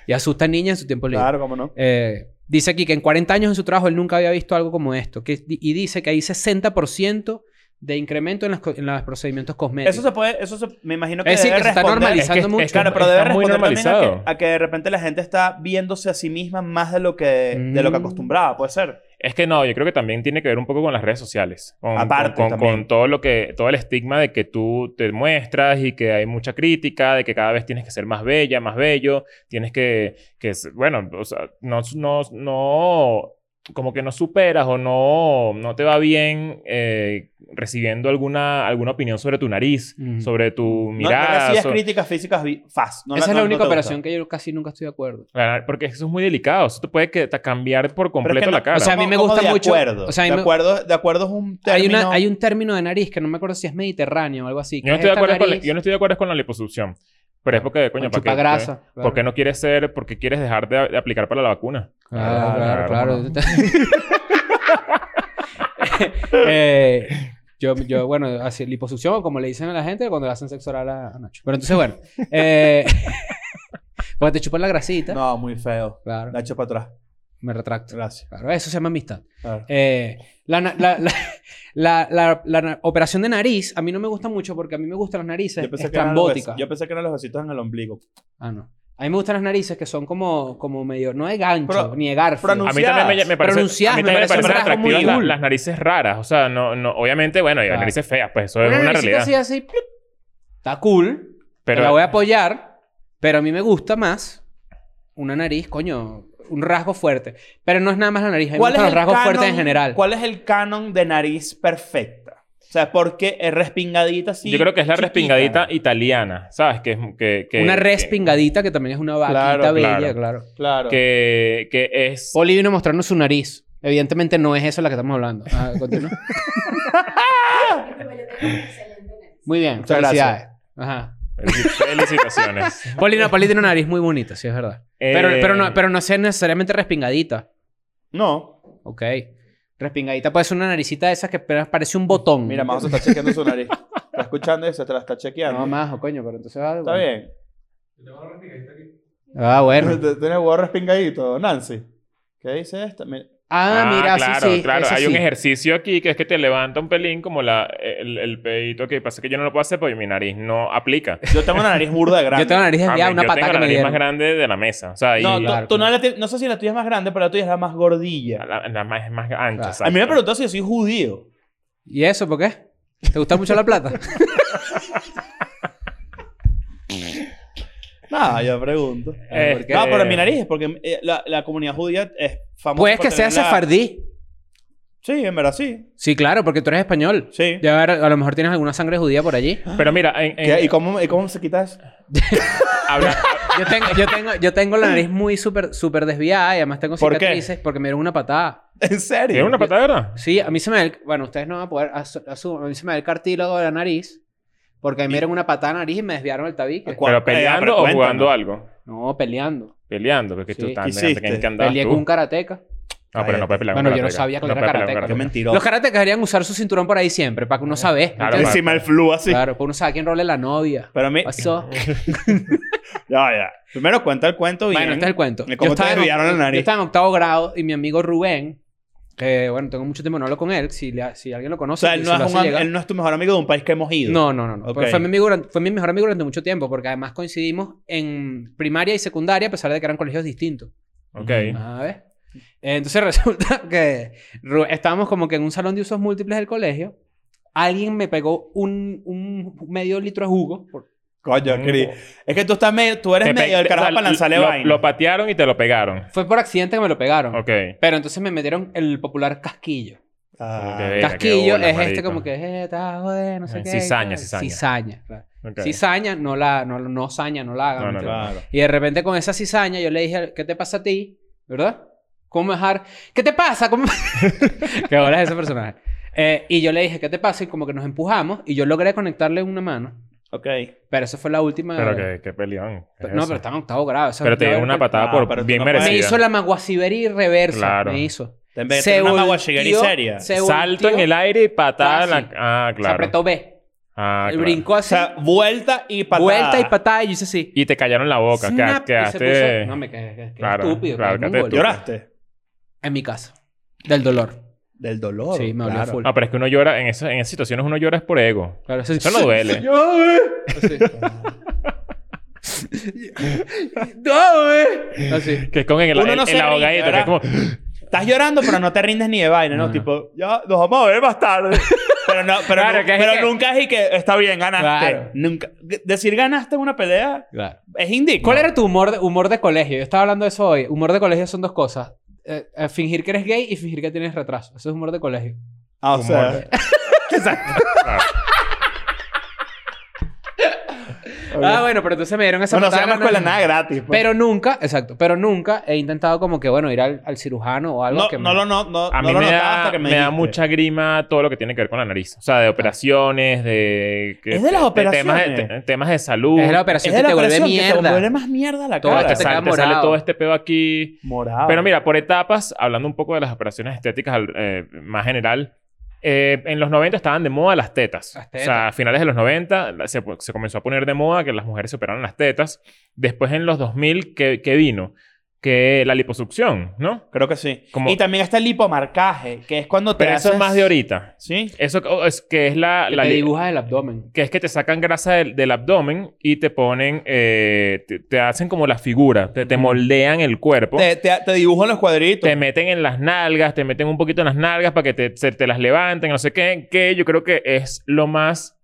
[SPEAKER 4] Y asusta a niñas en su tiempo libre.
[SPEAKER 3] Claro, cómo no.
[SPEAKER 4] Eh, dice aquí que en 40 años en su trabajo él nunca había visto algo como esto. Que, y dice que hay 60% de incremento en, las co- en los procedimientos cosméticos.
[SPEAKER 3] Eso se puede, eso se, me imagino que
[SPEAKER 4] Eh, es decir,
[SPEAKER 3] debe
[SPEAKER 4] que se está
[SPEAKER 3] responder-
[SPEAKER 2] Es que-
[SPEAKER 4] normalizando
[SPEAKER 2] es
[SPEAKER 4] mucho.
[SPEAKER 2] que
[SPEAKER 3] Claro, pero debe
[SPEAKER 2] Está muy
[SPEAKER 3] responder también a que,
[SPEAKER 2] normalizado.
[SPEAKER 3] a que de repente la gente está viéndose a sí misma más de lo que, de lo que
[SPEAKER 4] Mm.
[SPEAKER 3] acostumbraba, puede ser.
[SPEAKER 2] Es que no, yo creo que también tiene que ver un poco con las redes sociales. Con, con-
[SPEAKER 3] Aparte,
[SPEAKER 2] con, con
[SPEAKER 3] también.
[SPEAKER 2] todo lo que, todo el estigma de que tú te muestras y que hay mucha crítica, de que cada vez tienes que ser más bella, más bello, tienes que, que ser- bueno, o sea, no, no, no, como que no superas o no, no te va bien eh, recibiendo alguna, alguna opinión sobre tu nariz,
[SPEAKER 4] Mm.
[SPEAKER 2] sobre tu
[SPEAKER 3] No- no,
[SPEAKER 2] mirada.
[SPEAKER 3] recibías
[SPEAKER 2] so-
[SPEAKER 3] críticas físicas vi- fast. No,
[SPEAKER 4] Esa
[SPEAKER 3] no-
[SPEAKER 4] es la
[SPEAKER 3] no
[SPEAKER 4] única
[SPEAKER 3] te
[SPEAKER 4] operación
[SPEAKER 3] gusta.
[SPEAKER 4] que yo casi nunca estoy de acuerdo.
[SPEAKER 2] Claro, Porque eso es muy delicado. Eso te puede que- te cambiar por completo
[SPEAKER 3] no-
[SPEAKER 2] la cara.
[SPEAKER 4] o sea, a mí
[SPEAKER 3] ¿Cómo-
[SPEAKER 4] me
[SPEAKER 3] cómo
[SPEAKER 4] gusta
[SPEAKER 3] de
[SPEAKER 4] mucho-
[SPEAKER 3] Acuerdo?
[SPEAKER 4] o sea, a mí
[SPEAKER 3] de,
[SPEAKER 4] me-
[SPEAKER 3] acuerdo, de acuerdo es un
[SPEAKER 4] Hay,
[SPEAKER 3] término.
[SPEAKER 4] una- hay un término de nariz que no me acuerdo si es mediterráneo o algo así. que
[SPEAKER 2] Yo no,
[SPEAKER 4] es
[SPEAKER 2] estoy de
[SPEAKER 4] esta
[SPEAKER 2] acuerdo con la,
[SPEAKER 4] nariz
[SPEAKER 2] yo no estoy de acuerdo con la liposucción. Pero es porque,
[SPEAKER 4] con
[SPEAKER 2] coño, ¿para qué?
[SPEAKER 4] chupagrasa, claro.
[SPEAKER 2] ¿Por qué no quieres ser, por qué quieres dejar de, de aplicar para la vacuna?
[SPEAKER 4] Claro,
[SPEAKER 2] Claro,
[SPEAKER 4] claro, claro.
[SPEAKER 2] ¿cómo
[SPEAKER 4] Eh, yo, yo, bueno, así, liposucción, o como le dicen a la gente cuando le hacen sexo oral a, a Nacho. Pero entonces, bueno. Eh, porque te chupan la grasita.
[SPEAKER 3] No, muy feo.
[SPEAKER 4] Claro,
[SPEAKER 3] La echo para atrás.
[SPEAKER 4] me retracto.
[SPEAKER 3] Gracias.
[SPEAKER 4] Claro, eso se llama amistad.
[SPEAKER 3] Claro.
[SPEAKER 4] Eh, la, na- la- la- la- la- la na- operación de nariz a mí no me gusta mucho porque a mí me gustan las narices
[SPEAKER 3] Yo pensé, que eran los bes-
[SPEAKER 4] estrambóticas.
[SPEAKER 3] yo pensé que eran los besitos en el ombligo.
[SPEAKER 4] Ah, no. A mí me gustan las narices que son como, como medio, no de gancho,
[SPEAKER 3] Pero-
[SPEAKER 4] ni de garfio.
[SPEAKER 3] pero
[SPEAKER 2] A mí también me, me parece,
[SPEAKER 4] Pronunciadas,
[SPEAKER 2] a mí
[SPEAKER 4] me
[SPEAKER 2] también me
[SPEAKER 4] parece un
[SPEAKER 2] parecen
[SPEAKER 4] rasgo muy
[SPEAKER 2] atractivas la-
[SPEAKER 4] cool.
[SPEAKER 2] las narices raras. O sea, no, no, obviamente, bueno, y las
[SPEAKER 4] Claro.
[SPEAKER 2] narices feas, pues eso
[SPEAKER 4] Una
[SPEAKER 2] es una
[SPEAKER 4] naricita
[SPEAKER 2] realidad.
[SPEAKER 4] así, así, plup, está cool,
[SPEAKER 2] pero
[SPEAKER 4] te la voy a apoyar, pero a mí me gusta más una nariz, coño, un rasgo fuerte. Pero no es nada más la nariz, a mí me
[SPEAKER 3] ¿Cuál es
[SPEAKER 4] gustan los
[SPEAKER 3] el
[SPEAKER 4] rasgos
[SPEAKER 3] canon-
[SPEAKER 4] fuertes en general.
[SPEAKER 3] ¿Cuál es el canon de nariz perfecta? O sea, porque es respingadita así.
[SPEAKER 2] yo creo que es la
[SPEAKER 3] chiquita.
[SPEAKER 2] respingadita italiana, ¿sabes? Que es que, que
[SPEAKER 4] una
[SPEAKER 2] que-
[SPEAKER 4] respingadita que también es una vaquita
[SPEAKER 3] Claro,
[SPEAKER 4] bella,
[SPEAKER 2] claro.
[SPEAKER 4] claro.
[SPEAKER 3] Claro.
[SPEAKER 2] que, que es
[SPEAKER 4] Oli vino mostrarnos su nariz. Evidentemente no es eso la que estamos hablando. Ah, continúa. Muy bien,
[SPEAKER 3] Muchas
[SPEAKER 4] felicidades. Ajá.
[SPEAKER 2] felicitaciones.
[SPEAKER 4] Poli, no, Poli tiene una nariz muy bonita, sí, es verdad. Pero,
[SPEAKER 2] Eh,
[SPEAKER 4] pero, no, pero no sea necesariamente respingadita.
[SPEAKER 3] No.
[SPEAKER 4] Ok. Respingadita puede ser una naricita de esas que apenas parece un botón.
[SPEAKER 3] Mira, Majo se está chequeando su nariz. Está escuchando y se te la está chequeando.
[SPEAKER 4] No, más, oh, coño, pero entonces va.
[SPEAKER 3] Está bien.
[SPEAKER 4] Ah, bueno.
[SPEAKER 3] Tienes huevo respingadito, Nancy. ¿Qué dice esta? Mi-
[SPEAKER 4] Ah, mira,
[SPEAKER 2] claro,
[SPEAKER 4] sí, sí.
[SPEAKER 2] claro.
[SPEAKER 4] esa
[SPEAKER 2] Hay un
[SPEAKER 4] sí.
[SPEAKER 2] ejercicio aquí que es que te levanta un pelín como la, el, el pedito que pasa que yo no lo puedo hacer porque mi nariz no aplica.
[SPEAKER 3] Yo tengo una nariz burda de grande.
[SPEAKER 4] Yo tengo la nariz
[SPEAKER 2] A mí-
[SPEAKER 4] desviada, una
[SPEAKER 2] yo
[SPEAKER 4] patada
[SPEAKER 2] tengo
[SPEAKER 4] que
[SPEAKER 2] la
[SPEAKER 4] me
[SPEAKER 2] nariz más
[SPEAKER 4] dieron.
[SPEAKER 2] grande de la mesa. O sea, y
[SPEAKER 3] No, tú-
[SPEAKER 4] Claro,
[SPEAKER 3] tú no, la tienes- no sé si la tuya es más grande, pero la tuya es la más gordilla.
[SPEAKER 2] la,
[SPEAKER 4] Ah,
[SPEAKER 2] la- la más, es más ancha.
[SPEAKER 4] Claro.
[SPEAKER 2] exacto.
[SPEAKER 3] A mí me preguntó si yo soy judío.
[SPEAKER 4] ¿Y eso por qué? ¿Te gusta mucho la plata?
[SPEAKER 3] Nada, yo pregunto.
[SPEAKER 2] Eh,
[SPEAKER 4] ¿Por qué?
[SPEAKER 3] No, pero mi nariz, porque eh, la, la comunidad judía es famosa.
[SPEAKER 4] Puedes
[SPEAKER 3] por
[SPEAKER 4] Pues que sea
[SPEAKER 3] tener la-
[SPEAKER 4] sefardí.
[SPEAKER 3] Sí, en verdad sí.
[SPEAKER 4] Sí, claro, porque tú eres español.
[SPEAKER 3] Sí.
[SPEAKER 4] Debe haber- a lo mejor tienes alguna sangre judía por allí.
[SPEAKER 2] Pero mira, en- en-
[SPEAKER 3] ¿Qué? ¿Y, cómo, ¿Y cómo se quita eso?
[SPEAKER 2] habla- ah,
[SPEAKER 4] Yo tengo, yo tengo, yo tengo la nariz muy súper super desviada y además tengo
[SPEAKER 3] ¿Por qué?
[SPEAKER 4] cicatrices porque me dieron una patada.
[SPEAKER 3] ¿En serio?
[SPEAKER 2] ¿tiene una patada, verdad?
[SPEAKER 4] Sí, a mí se me da el, bueno, ustedes no van a poder, asu- asumo, a mí se me da el cartílago de la nariz porque a mí me dieron una patada a la nariz y me desviaron el tabique.
[SPEAKER 3] ¿Cuál?
[SPEAKER 2] Pero peleando
[SPEAKER 3] Eh, pero
[SPEAKER 2] o
[SPEAKER 3] cuéntame.
[SPEAKER 2] jugando algo.
[SPEAKER 4] No, peleando.
[SPEAKER 2] Peleando, porque tú
[SPEAKER 4] Sí.
[SPEAKER 2] estás
[SPEAKER 3] ¿Qué hiciste?
[SPEAKER 2] que encantado.
[SPEAKER 4] Peleé con un karateca.
[SPEAKER 2] No, pero no puedes pelear con
[SPEAKER 4] Bueno, yo no
[SPEAKER 2] karateka.
[SPEAKER 4] sabía que
[SPEAKER 2] No
[SPEAKER 4] era
[SPEAKER 2] puedes pelear con
[SPEAKER 4] karateka.
[SPEAKER 3] Qué
[SPEAKER 2] karateka.
[SPEAKER 3] mentiroso.
[SPEAKER 4] Los karatecas deberían usar su cinturón por ahí siempre para que
[SPEAKER 3] Ah,
[SPEAKER 4] uno sabe.
[SPEAKER 2] Claro,
[SPEAKER 4] ¿entiendes?
[SPEAKER 3] Encima el flu así.
[SPEAKER 4] claro, para uno sabe quién role la novia.
[SPEAKER 3] Pero a mí...
[SPEAKER 4] Pasó.
[SPEAKER 3] Ya, ya. Primero cuenta el cuento bien.
[SPEAKER 4] Bueno, este es el cuento.
[SPEAKER 3] ¿Y cómo te
[SPEAKER 4] en
[SPEAKER 3] desviaron
[SPEAKER 4] oct-
[SPEAKER 3] la nariz?
[SPEAKER 4] yo estaba en octavo grado y mi amigo Rubén, que bueno, tengo mucho tiempo no hablo con él, si, le ha- si alguien lo
[SPEAKER 3] O
[SPEAKER 4] conoce,
[SPEAKER 3] sea, él
[SPEAKER 4] y
[SPEAKER 3] no,
[SPEAKER 4] se
[SPEAKER 3] es
[SPEAKER 4] lo
[SPEAKER 3] un
[SPEAKER 4] hace
[SPEAKER 3] am-
[SPEAKER 4] llegar-
[SPEAKER 3] él no es tu mejor amigo de un país que hemos ido.
[SPEAKER 4] no, no, no. no. Pero
[SPEAKER 3] Ok.
[SPEAKER 4] Fue, mi amigo, durante- fue mi mejor amigo durante mucho tiempo porque además coincidimos en primaria y secundaria a pesar de que eran colegios distintos.
[SPEAKER 2] Ok.
[SPEAKER 4] A ver. Entonces resulta que Ru- estábamos como que en un salón de usos múltiples del colegio. alguien me pegó un, un medio litro de jugo. por-
[SPEAKER 3] Coño, Cris. Es que tú estás medio, tú eres
[SPEAKER 2] Te pe-
[SPEAKER 3] medio del
[SPEAKER 2] o sea,
[SPEAKER 3] carajo para lanzarle
[SPEAKER 2] lo,
[SPEAKER 3] vaina.
[SPEAKER 2] Lo patearon y te lo pegaron.
[SPEAKER 4] Fue por accidente que me lo pegaron.
[SPEAKER 2] Ok.
[SPEAKER 4] Pero entonces me metieron el popular casquillo.
[SPEAKER 3] Ah,
[SPEAKER 2] Ok. Mira, qué
[SPEAKER 4] Casquillo
[SPEAKER 2] bolas,
[SPEAKER 4] es este
[SPEAKER 2] marico.
[SPEAKER 4] como que, eh, está joder, no sé
[SPEAKER 2] Eh,
[SPEAKER 4] qué.
[SPEAKER 2] cizaña,
[SPEAKER 4] tal.
[SPEAKER 2] cizaña.
[SPEAKER 4] Cizaña, claro.
[SPEAKER 2] ok.
[SPEAKER 4] Cizaña, no la, no, no saña, no la hagan.
[SPEAKER 2] No, no,
[SPEAKER 4] ¿me entiendes?
[SPEAKER 3] Claro.
[SPEAKER 4] Y de repente con esa cizaña yo le dije, ¿qué te pasa a ti? ¿Verdad? ¿Cómo dejar? ¿Qué te pasa? ¿Cómo... qué bola es ese personaje. Eh, y yo le dije, ¿qué te pasa? Y como que nos empujamos y yo logré conectarle una mano.
[SPEAKER 3] Ok.
[SPEAKER 4] Pero eso fue la última.
[SPEAKER 2] Pero que, qué peleón. ¿Qué es
[SPEAKER 4] no,
[SPEAKER 2] eso?
[SPEAKER 4] pero estaba en octavo grado. eso-
[SPEAKER 2] Pero te
[SPEAKER 4] yo-
[SPEAKER 2] dio una patada
[SPEAKER 3] Ah, pero
[SPEAKER 2] por
[SPEAKER 3] tú
[SPEAKER 2] bien
[SPEAKER 3] no puedes-
[SPEAKER 2] merecida.
[SPEAKER 4] Me hizo la maguaciberi reversa.
[SPEAKER 2] Claro.
[SPEAKER 4] Me hizo.
[SPEAKER 3] Te en vez de tener una
[SPEAKER 4] volteó-
[SPEAKER 3] maguachigueri seria.
[SPEAKER 4] se
[SPEAKER 2] Salto en
[SPEAKER 4] volteó,
[SPEAKER 2] el aire y patada en la...
[SPEAKER 4] Casi.
[SPEAKER 2] Ah,
[SPEAKER 4] Se
[SPEAKER 2] claro.
[SPEAKER 4] apretó B.
[SPEAKER 2] Ah,
[SPEAKER 4] el
[SPEAKER 2] claro.
[SPEAKER 4] brincó
[SPEAKER 3] O
[SPEAKER 4] así.
[SPEAKER 3] sea, vuelta y patada.
[SPEAKER 4] vuelta y patada. Y yo hice así.
[SPEAKER 2] Y te callaron la boca.
[SPEAKER 4] Snap,
[SPEAKER 2] queda-
[SPEAKER 4] y se
[SPEAKER 2] Quedaste...
[SPEAKER 4] puso- No, me quedé, quedé
[SPEAKER 2] Claro,
[SPEAKER 4] estúpido.
[SPEAKER 2] claro,
[SPEAKER 4] quedé mongol.
[SPEAKER 2] quedaste estúpido.
[SPEAKER 3] ¿Lloraste?
[SPEAKER 4] En mi casa. Del dolor.
[SPEAKER 3] Del dolor.
[SPEAKER 4] Sí, me dolió
[SPEAKER 3] claro.
[SPEAKER 4] full.
[SPEAKER 2] No, Ah, pero es que uno llora... En, esas- en esas situaciones uno llora es por ego.
[SPEAKER 4] Claro, eso,
[SPEAKER 2] Eso no duele.
[SPEAKER 4] Así. no, eh. Así.
[SPEAKER 2] Que es con el,
[SPEAKER 3] Uno
[SPEAKER 2] el,
[SPEAKER 3] no
[SPEAKER 2] el
[SPEAKER 3] se ríe,
[SPEAKER 2] ahogadito, que es como...
[SPEAKER 3] Estás llorando, pero no te rindes ni de vaina, ¿no?
[SPEAKER 4] No.
[SPEAKER 3] Tipo, ya nos vamos a ver más tarde. Pero, no, pero,
[SPEAKER 4] Claro,
[SPEAKER 3] nu-
[SPEAKER 4] que es
[SPEAKER 3] pero
[SPEAKER 4] que-
[SPEAKER 3] nunca es y que está bien, ganaste.
[SPEAKER 4] Claro.
[SPEAKER 3] Nunca. Decir ganaste en una pelea
[SPEAKER 4] Claro.
[SPEAKER 3] es indigno.
[SPEAKER 4] ¿Cuál era tu humor de, humor de colegio? Yo estaba hablando de eso hoy. Humor de colegio son dos cosas. Eh, eh, fingir que eres gay y fingir que tienes retraso. Eso es humor de colegio.
[SPEAKER 3] Ah, o sea,
[SPEAKER 2] Humor.
[SPEAKER 3] Exacto.
[SPEAKER 2] Claro.
[SPEAKER 4] Ah, bueno, pero entonces me dieron esa
[SPEAKER 3] Bueno, se
[SPEAKER 4] patada
[SPEAKER 3] llama
[SPEAKER 4] en la
[SPEAKER 3] escuela
[SPEAKER 4] nariz.
[SPEAKER 3] nada gratis. pues.
[SPEAKER 4] Pero nunca, exacto, pero nunca he intentado como que, bueno, ir al, al cirujano o algo
[SPEAKER 3] no,
[SPEAKER 4] que me-
[SPEAKER 3] no lo no, no,
[SPEAKER 2] A
[SPEAKER 3] no
[SPEAKER 2] mí
[SPEAKER 3] lo
[SPEAKER 2] me,
[SPEAKER 3] notaba
[SPEAKER 2] da,
[SPEAKER 3] hasta que me,
[SPEAKER 2] me da
[SPEAKER 3] dijiste.
[SPEAKER 2] mucha grima todo lo que tiene que ver con la nariz. O sea, de operaciones, de... que-
[SPEAKER 3] Es de las
[SPEAKER 2] temas de-
[SPEAKER 3] operaciones.
[SPEAKER 2] te- temas de salud.
[SPEAKER 4] Es la
[SPEAKER 3] Es
[SPEAKER 4] operación
[SPEAKER 3] de
[SPEAKER 4] que
[SPEAKER 3] la
[SPEAKER 4] te vuelve
[SPEAKER 3] operación que te
[SPEAKER 4] mierda.
[SPEAKER 3] vuelve más mierda la
[SPEAKER 4] Todo
[SPEAKER 2] Todo
[SPEAKER 3] cara.
[SPEAKER 2] te,
[SPEAKER 4] esto te
[SPEAKER 2] sale,
[SPEAKER 4] queda
[SPEAKER 2] te sale
[SPEAKER 4] morado.
[SPEAKER 2] todo este pedo aquí.
[SPEAKER 4] Ah,
[SPEAKER 3] Morado.
[SPEAKER 2] Pero mira, por etapas, hablando un poco de las operaciones estéticas al- eh, más general, eh, en los 90 estaban de moda las tetas.
[SPEAKER 4] Las
[SPEAKER 2] O sea, a
[SPEAKER 4] tetas.
[SPEAKER 2] finales de los 90 la- se, se comenzó a poner de moda que las mujeres se operaron las tetas. Después en los 2000, ¿qué, qué vino? Que la liposucción, ¿no?
[SPEAKER 3] Creo que sí.
[SPEAKER 2] Como-
[SPEAKER 3] Y también está el lipomarcaje, que es cuando te
[SPEAKER 2] Pero eso es
[SPEAKER 3] haces-
[SPEAKER 2] más de ahorita.
[SPEAKER 3] ¿Sí?
[SPEAKER 2] Eso co- es que es la...
[SPEAKER 4] que
[SPEAKER 2] la
[SPEAKER 4] te
[SPEAKER 2] li-
[SPEAKER 4] dibujas el abdomen.
[SPEAKER 2] que es que te sacan grasa del, del abdomen y te ponen... eh, te, te hacen como la figura. Te, te moldean el cuerpo.
[SPEAKER 3] Te, te, te dibujan los cuadritos.
[SPEAKER 2] te meten en las nalgas, te meten un poquito en las nalgas para que te, se- te las levanten, no sé qué, que yo creo que es lo más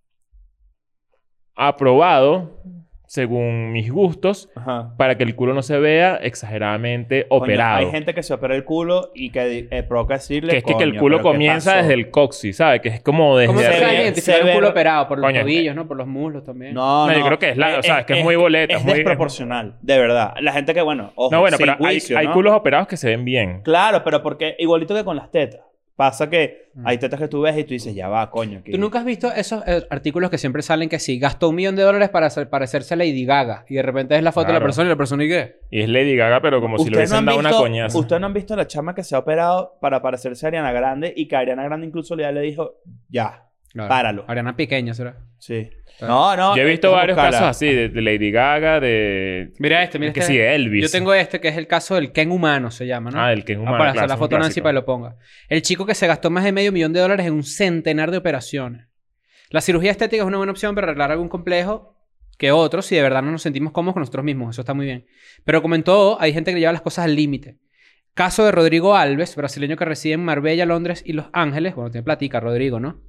[SPEAKER 2] aprobado, según mis gustos,
[SPEAKER 3] Ajá.
[SPEAKER 2] para que el culo no se vea exageradamente
[SPEAKER 3] Coño,
[SPEAKER 2] operado.
[SPEAKER 3] hay gente que se opera el culo y que eh, provoca decirle.
[SPEAKER 2] que es que, que el
[SPEAKER 3] "Coño,
[SPEAKER 2] culo
[SPEAKER 3] pero ¿qué
[SPEAKER 2] comienza
[SPEAKER 3] pasó?".
[SPEAKER 2] desde el coxis, ¿sabes? Que es como desde
[SPEAKER 4] ¿Cómo se
[SPEAKER 3] se
[SPEAKER 2] arriba.
[SPEAKER 4] puede
[SPEAKER 3] ve-
[SPEAKER 4] identificar
[SPEAKER 3] se
[SPEAKER 4] un
[SPEAKER 3] ve-
[SPEAKER 4] culo operado? Por los
[SPEAKER 2] Coño,
[SPEAKER 4] tobillos, ¿no? Por los muslos también.
[SPEAKER 3] No,
[SPEAKER 2] No,
[SPEAKER 3] no.
[SPEAKER 2] yo creo que es la- o sea, es que es muy boleta,
[SPEAKER 3] Es
[SPEAKER 2] es muy-
[SPEAKER 3] desproporcional, de verdad. La gente que, bueno, ojo,
[SPEAKER 2] No, bueno,
[SPEAKER 3] sin
[SPEAKER 2] pero hay,
[SPEAKER 3] juicio,
[SPEAKER 2] hay
[SPEAKER 3] ¿no?
[SPEAKER 2] culos operados que se ven bien.
[SPEAKER 3] Claro, pero porque igualito que con las tetas. Pasa que
[SPEAKER 4] Mm.
[SPEAKER 3] hay tetas que tú ves y tú dices, ya va, coño. aquí".
[SPEAKER 4] ¿Tú nunca has visto esos eh, artículos que siempre salen que sí, gastó un millón de dólares para hacer- parecerse a Lady Gaga? Y de repente es la foto de la
[SPEAKER 2] Claro.
[SPEAKER 4] persona y la persona y qué.
[SPEAKER 2] Y es Lady Gaga, pero como si le
[SPEAKER 3] ¿Ustedes
[SPEAKER 2] hubiesen
[SPEAKER 3] no han
[SPEAKER 2] dado una
[SPEAKER 3] visto-
[SPEAKER 2] coñaza.
[SPEAKER 3] Ustedes no han visto la chama que se ha operado para parecerse a Ariana Grande y que Ariana Grande incluso le, le dijo, ya,
[SPEAKER 4] Claro.
[SPEAKER 3] páralo.
[SPEAKER 4] Ariana pequeña, ¿será?
[SPEAKER 3] Sí.
[SPEAKER 4] Claro.
[SPEAKER 3] No, no.
[SPEAKER 2] Yo he
[SPEAKER 3] eh,
[SPEAKER 2] visto
[SPEAKER 3] tengo que
[SPEAKER 2] varios
[SPEAKER 3] buscarla.
[SPEAKER 2] casos así, de, de Lady Gaga, de...
[SPEAKER 4] Mira este, mira
[SPEAKER 2] que
[SPEAKER 4] este.
[SPEAKER 2] sí, Elvis.
[SPEAKER 4] Yo tengo este que es el caso del Ken humano, se llama, ¿no?
[SPEAKER 2] Ah, del que es
[SPEAKER 4] Ah,
[SPEAKER 2] humano.
[SPEAKER 4] para
[SPEAKER 2] claro,
[SPEAKER 4] hacer la
[SPEAKER 2] es un
[SPEAKER 4] foto Nancy
[SPEAKER 2] clásico.
[SPEAKER 4] para que lo ponga. El chico que se gastó más de medio millón de dólares en un centenar de operaciones. La cirugía estética es una buena opción para arreglar algún complejo que otro si de verdad no nos sentimos cómodos con nosotros mismos. Eso está muy bien. Pero como en todo, hay gente que lleva las cosas al límite. Caso de Rodrigo Alves, brasileño que reside en Marbella, Londres y Los Ángeles. Bueno, tiene platica, Rodrigo, ¿no?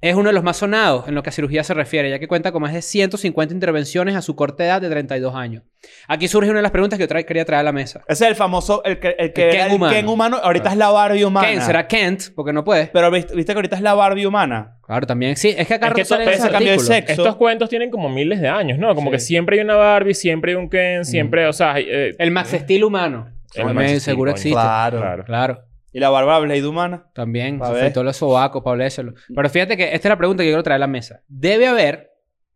[SPEAKER 4] Es uno de los más sonados en lo que a cirugía se refiere, ya que cuenta con más de 150 intervenciones a su corta edad de 32 años. Aquí surge una de las preguntas que yo tra- quería traer a la mesa.
[SPEAKER 3] Ese es el famoso, el que, el que
[SPEAKER 4] El
[SPEAKER 3] era
[SPEAKER 4] Ken
[SPEAKER 3] el
[SPEAKER 4] humano.
[SPEAKER 3] Ken humano. Ahorita
[SPEAKER 4] Ah.
[SPEAKER 3] es la Barbie humana.
[SPEAKER 4] Ken, será Kent, porque no puede.
[SPEAKER 3] Pero viste, viste que ahorita es la Barbie humana.
[SPEAKER 4] Claro, también. Sí, es que acá
[SPEAKER 2] Es que
[SPEAKER 4] rato salen
[SPEAKER 2] todo-
[SPEAKER 4] esos
[SPEAKER 2] ese cambio
[SPEAKER 3] de
[SPEAKER 4] artículos.
[SPEAKER 3] sexo.
[SPEAKER 2] Estos cuentos tienen como miles de años, ¿no? Como
[SPEAKER 4] Sí.
[SPEAKER 2] que siempre hay una Barbie, siempre hay un Ken, siempre, o sea, eh,
[SPEAKER 4] El Max Steel humano.
[SPEAKER 2] El
[SPEAKER 4] También
[SPEAKER 2] Max Steel,
[SPEAKER 4] seguro
[SPEAKER 2] coño.
[SPEAKER 4] existe. Claro.
[SPEAKER 3] Claro.
[SPEAKER 2] claro.
[SPEAKER 3] Y la Barbara Blade humana.
[SPEAKER 4] También.
[SPEAKER 3] Pa'
[SPEAKER 4] Se
[SPEAKER 3] ver.
[SPEAKER 4] afeitó los sobacos para olérselo. Pero fíjate que esta es la pregunta que yo quiero traer a la mesa. Debe haber,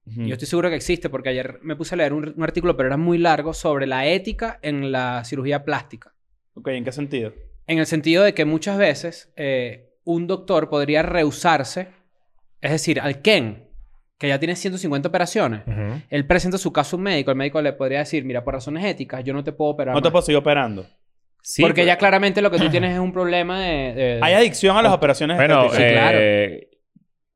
[SPEAKER 4] yo estoy seguro que existe porque ayer me puse a leer un, un artículo, pero era muy largo, sobre la ética en la cirugía plástica.
[SPEAKER 3] Ok, ¿en qué sentido?
[SPEAKER 4] En el sentido de que muchas veces eh, un doctor podría rehusarse, es decir, al Ken, que ya tiene 150 operaciones.
[SPEAKER 2] Ujú.
[SPEAKER 4] Él presenta su caso a un médico. El médico le podría decir, mira, por razones éticas, yo no te puedo operar.
[SPEAKER 3] No te
[SPEAKER 4] más".
[SPEAKER 3] puedo seguir operando.
[SPEAKER 2] Sí,
[SPEAKER 4] Porque
[SPEAKER 2] pero-
[SPEAKER 4] ya claramente lo que tú tienes es un problema de... de-
[SPEAKER 3] Hay adicción a las operaciones
[SPEAKER 2] Eh, Bueno,
[SPEAKER 3] estéticas.
[SPEAKER 4] Sí, claro.
[SPEAKER 2] eh,